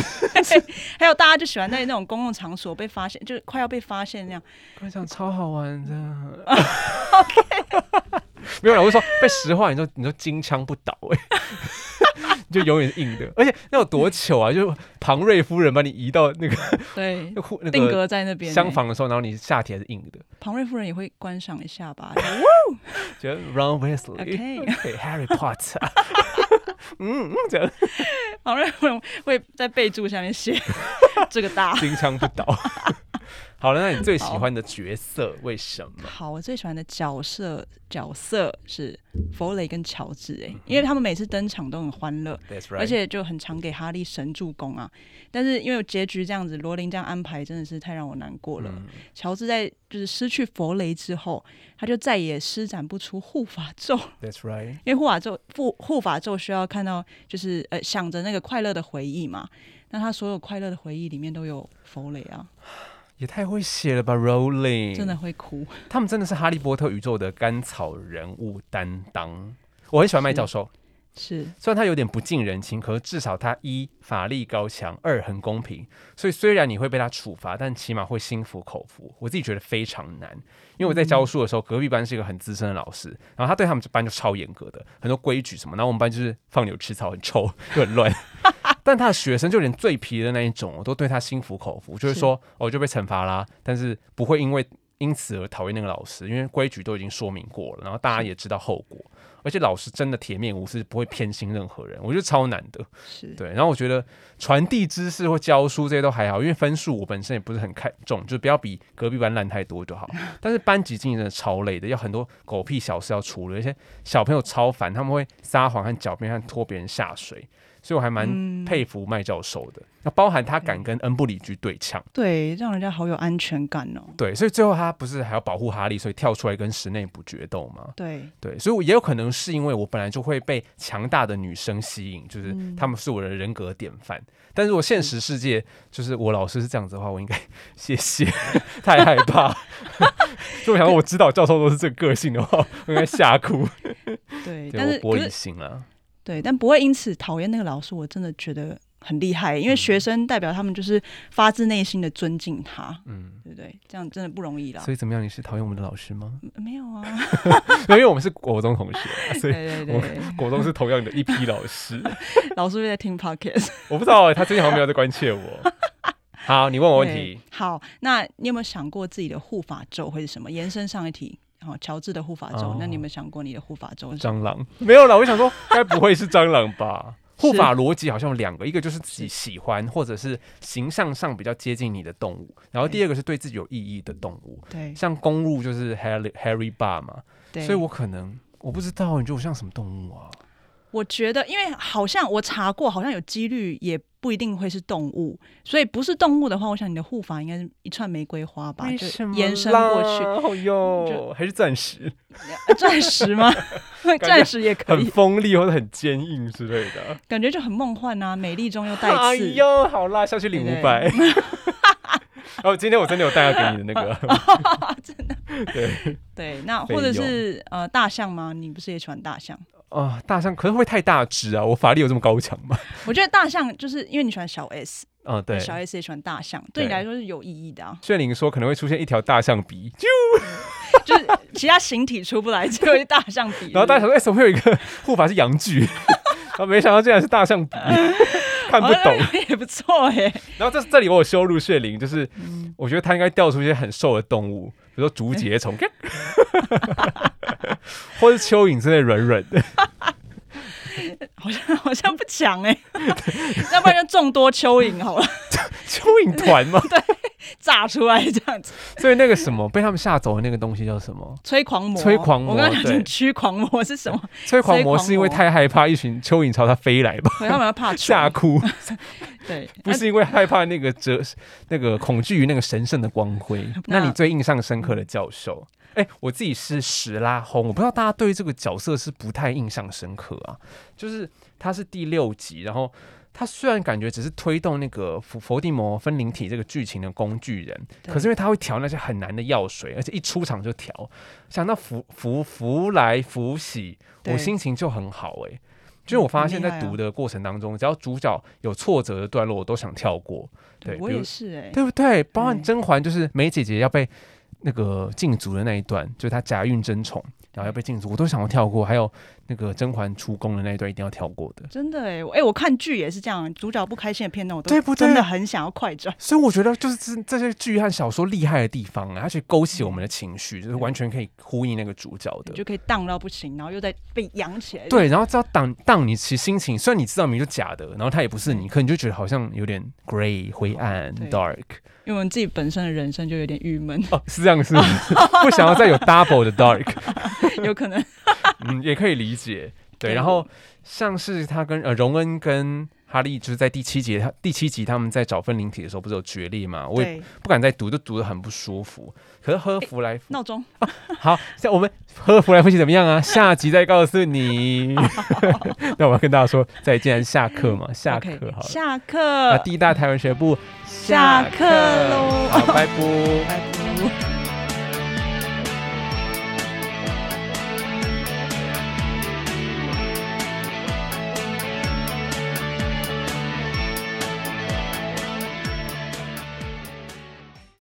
[SPEAKER 1] 还有大家就喜欢在那种公共场所被发现，就是快要被发现 那样。
[SPEAKER 2] 我想超好玩的。 没有啦，我是说被石化，你就你就金枪不倒哎、欸， 你就永远是硬的。而且那有多糗啊！就是庞瑞夫人把你移到那个，
[SPEAKER 1] 对
[SPEAKER 2] 户那
[SPEAKER 1] 定
[SPEAKER 2] 个
[SPEAKER 1] 格在那边、欸
[SPEAKER 2] 厢，房的时候，然后你下体还是硬的，
[SPEAKER 1] 庞瑞夫人也会观赏一下吧。
[SPEAKER 2] 觉得 Ron Wesley
[SPEAKER 1] OK
[SPEAKER 2] OK Harry Potter 嗯，嗯这样
[SPEAKER 1] 好像会会在备注下面 写这个大。
[SPEAKER 2] 金枪不倒。 好了，那你最喜欢的角色为什么？
[SPEAKER 1] 好，我最喜欢的角色角色是弗雷跟乔治、欸，哎，因为他们每次登场都很欢乐
[SPEAKER 2] That's 嗯 right
[SPEAKER 1] 而且就很常给哈利神助攻啊。但是因为结局这样子，罗琳这样安排真的是太让我难过
[SPEAKER 2] 嗯
[SPEAKER 1] 了。乔治在就是失去弗雷之后，他就再也施展不出护法咒。
[SPEAKER 2] That's right。
[SPEAKER 1] 因为护法咒护护法咒需要看到，就是呃想着那个快乐的回忆嘛。那他所有快乐的回忆里面都有弗雷啊，
[SPEAKER 2] 也太会写了吧 ，Rowling！
[SPEAKER 1] 真的，会哭。
[SPEAKER 2] 他们真的是哈利波特宇宙的甘草人物担当。我很喜欢麦教授，
[SPEAKER 1] 是
[SPEAKER 2] 虽然他有点不近人情，可是至少他一法力高强，二很公平。所以虽然你会被他处罚，但起码会心服口服。我自己觉得非常难，因为我在教书的时候，隔壁班是一个很资深的老师，然后他对他们班就超严格的，很多规矩什么。然后我们班就是放牛吃草，很臭又很乱。但他的学生就连最皮的那一种，我都对他心服口服，就是说哦就被惩罚啦，但是不会因为因此而讨厌那个老师，因为规矩都已经说明过了，然后大家也知道后果，而且老师真的铁面无私，不会偏心任何人，我觉得超难的。
[SPEAKER 1] 是，
[SPEAKER 2] 对，然后我觉得传递知识或教书这些都还好，因为分数我本身也不是很看重，就不要比隔壁班烂太多就好。但是班级经营真的超累的，要很多狗屁小事要处理，而且小朋友超烦，他们会撒谎和狡辩和拖别人下水，所以我还蛮佩服麦教授的。那、包含他敢跟恩布里居对呛，
[SPEAKER 1] 对，让人家好有安全感哦。
[SPEAKER 2] 对，所以最后他不是还要保护哈利，所以跳出来跟室内捕决斗吗？
[SPEAKER 1] 对，
[SPEAKER 2] 对，所以我也有可能是因为我本来就会被强大的女生吸引，就是
[SPEAKER 1] 嗯
[SPEAKER 2] 她们是我的人格典范。但是我现实世界就是我老师是这样子的话，我应该谢谢， 太害怕。 就我想说，我知道教授都是这个个性的话，我应该吓 哭。
[SPEAKER 1] 对，但是
[SPEAKER 2] 对，我
[SPEAKER 1] 可
[SPEAKER 2] 玻璃
[SPEAKER 1] 是
[SPEAKER 2] 心啊了。
[SPEAKER 1] 对，但不会因此讨厌那个老师，我真的觉得很厉害，
[SPEAKER 2] 嗯
[SPEAKER 1] 因为学生代表他们就是发自内心的尊敬他，
[SPEAKER 2] 嗯，
[SPEAKER 1] 对不对？这样真的不容易啦。
[SPEAKER 2] 所以怎么样？你是讨厌我们的老师吗？
[SPEAKER 1] 嗯没有啊，
[SPEAKER 2] 因为我们是国中同学，啊所以
[SPEAKER 1] 对对
[SPEAKER 2] 我
[SPEAKER 1] 对，
[SPEAKER 2] 国中是同样的一批老师。
[SPEAKER 1] 老师会在听 podcast。
[SPEAKER 2] 我不知道、欸、他最近好像没有在关切我。 好，你问我问题
[SPEAKER 1] 对。好，那你有没有想过自己的护法咒会是什么？延伸上一题，好，乔治的护法咒，
[SPEAKER 2] 哦
[SPEAKER 1] 那你有没有想过你的护法咒是什么？
[SPEAKER 2] 蟑螂没有啦，我想说，该不会是蟑螂 吧？护法逻辑好像有两个，一个就是自己喜欢或者是形象上比较接近你的动物，然后第二个是对自己有意义的动物，
[SPEAKER 1] 对
[SPEAKER 2] 像公鹿就是 Harry Harry Bar 嘛，
[SPEAKER 1] 对，
[SPEAKER 2] 所以我可能我不知道，你觉得我像什么动物啊？
[SPEAKER 1] 我觉得，因为好像我查过，好像有几率也不一定会是动物，所以不是动物的话，我想你的护法应该是一串玫瑰花吧，
[SPEAKER 2] 为
[SPEAKER 1] 就
[SPEAKER 2] 什么
[SPEAKER 1] 延伸过去，
[SPEAKER 2] 啦，哦哟，还是钻石，
[SPEAKER 1] 呃钻石 吗？ 钻石也可
[SPEAKER 2] 很
[SPEAKER 1] 以，
[SPEAKER 2] 锋利或者很坚硬之类的。
[SPEAKER 1] 感觉就很梦幻啊，美丽中又带
[SPEAKER 2] 哎
[SPEAKER 1] 刺。
[SPEAKER 2] 呦，好啦，下去领
[SPEAKER 1] 对
[SPEAKER 2] 五
[SPEAKER 1] 不
[SPEAKER 2] 百
[SPEAKER 1] 对。
[SPEAKER 2] 哦，今天我真的有带要给你的那个，
[SPEAKER 1] 对，那
[SPEAKER 2] 费
[SPEAKER 1] 或者
[SPEAKER 2] 用
[SPEAKER 1] 是呃大象吗？你不是也喜欢大象？
[SPEAKER 2] 啊，大象，可是会不会太大只啊？我法力有这么高强吗？
[SPEAKER 1] 我觉得大象就是因为你喜欢小 S，
[SPEAKER 2] 嗯，对。
[SPEAKER 1] 小 S 也喜欢大象，对你
[SPEAKER 2] 对。
[SPEAKER 1] 来说是有意义的啊
[SPEAKER 2] 炫灵说可能会出现一条大象鼻，啾
[SPEAKER 1] 就是其他形体出不来，只有一大象比。
[SPEAKER 2] 然后大家想说，哎、怎么会有一个护法是羊 具？然后没想到竟然是大象 鼻，看不懂。
[SPEAKER 1] 哦那也不错耶。
[SPEAKER 2] 然后这这里我有羞辱炫灵，就是我觉得他应该调出一些很瘦的动物，比如说竹节 虫，或是蚯蚓之类软软 的。
[SPEAKER 1] 好像 好像不强哎、 要不然就众多蚯蚓好了，
[SPEAKER 2] 蚯蚓团嘛，
[SPEAKER 1] 炸出来这样子。
[SPEAKER 2] 所以那个什么被他们吓走的那个东西叫什么？
[SPEAKER 1] 催狂魔，
[SPEAKER 2] 催狂魔
[SPEAKER 1] 我刚刚
[SPEAKER 2] 对
[SPEAKER 1] 讲驱狂魔是 什么？
[SPEAKER 2] 催狂
[SPEAKER 1] 催狂
[SPEAKER 2] 魔
[SPEAKER 1] 魔
[SPEAKER 2] 是因为太害怕一群蚯蚓朝他飞来 吧，
[SPEAKER 1] 对，他们要怕
[SPEAKER 2] 吓
[SPEAKER 1] 虫，
[SPEAKER 2] 哭，
[SPEAKER 1] 对，
[SPEAKER 2] 不是因为害怕那个折 那个恐惧于那个神圣的光辉。那
[SPEAKER 1] 那
[SPEAKER 2] 你最印象深刻的教授？哎、我自己是史拉轰，我不知道大家对于这个角色是不太印象深刻啊。就是他是第六集，然后他虽然感觉只是推动那个伏伏地魔分灵体这个剧情的工具人，
[SPEAKER 1] 对
[SPEAKER 2] 可是因为他会调那些很难的药水，而且一出场就调，想到福福福来福喜，
[SPEAKER 1] 对
[SPEAKER 2] 我心情就很好哎、就是我发现，
[SPEAKER 1] 很厉害
[SPEAKER 2] 在
[SPEAKER 1] 啊
[SPEAKER 2] 读的过程当中，只要主角有挫折的段落，我都想跳过。
[SPEAKER 1] 对
[SPEAKER 2] 对，
[SPEAKER 1] 我
[SPEAKER 2] 比如
[SPEAKER 1] 也是哎、
[SPEAKER 2] 对不对？包含
[SPEAKER 1] 对
[SPEAKER 2] 甄嬛就是梅姐姐要被那个禁足的那一段，就是他假孕争宠，然后要被禁足，我都想要跳过。还有那个甄嬛出宫的那一段，一定要跳过的。
[SPEAKER 1] 真的哎、欸，哎、我看剧也是这样，主角不开心的片段，我都
[SPEAKER 2] 对不对
[SPEAKER 1] 真的很想要快转。
[SPEAKER 2] 所以我觉得就是这这些剧和小说厉害的地方啊，它去勾起我们的情绪，就是完全可以呼应那个主角
[SPEAKER 1] 你嗯
[SPEAKER 2] 的。
[SPEAKER 1] 就可以荡到不行，然后又再被扬起来。，
[SPEAKER 2] 对，然后知道当当你其实心情，虽然你知道明明就假的，然后他也不是你，可你就觉得好像有点 grey 灰暗
[SPEAKER 1] 对
[SPEAKER 2] dark
[SPEAKER 1] 因为我们自己本身的人生就有点郁 闷，
[SPEAKER 2] 哦，是 这样是不是？不想要再有 double 的 dark，
[SPEAKER 1] 有可能
[SPEAKER 2] 嗯，也可以理解。对，
[SPEAKER 1] 对
[SPEAKER 2] 然后像是他跟呃荣恩跟哈利，就是在第七集，他第七集他们在找分灵体的时候不是有决裂嘛？我也
[SPEAKER 1] 对
[SPEAKER 2] 不敢再读，就读得很不舒服。可是喝福来福，
[SPEAKER 1] 闹钟
[SPEAKER 2] 好，像我们喝福来福去怎么 样啊？下集再告诉你。那我要跟大家说再见，下课嘛，下课
[SPEAKER 1] OK，
[SPEAKER 2] 好了。
[SPEAKER 1] 下
[SPEAKER 2] 那
[SPEAKER 1] 课，
[SPEAKER 2] 第一大台湾学部
[SPEAKER 1] 下课喽
[SPEAKER 2] 好，拜拜。
[SPEAKER 1] 拜拜。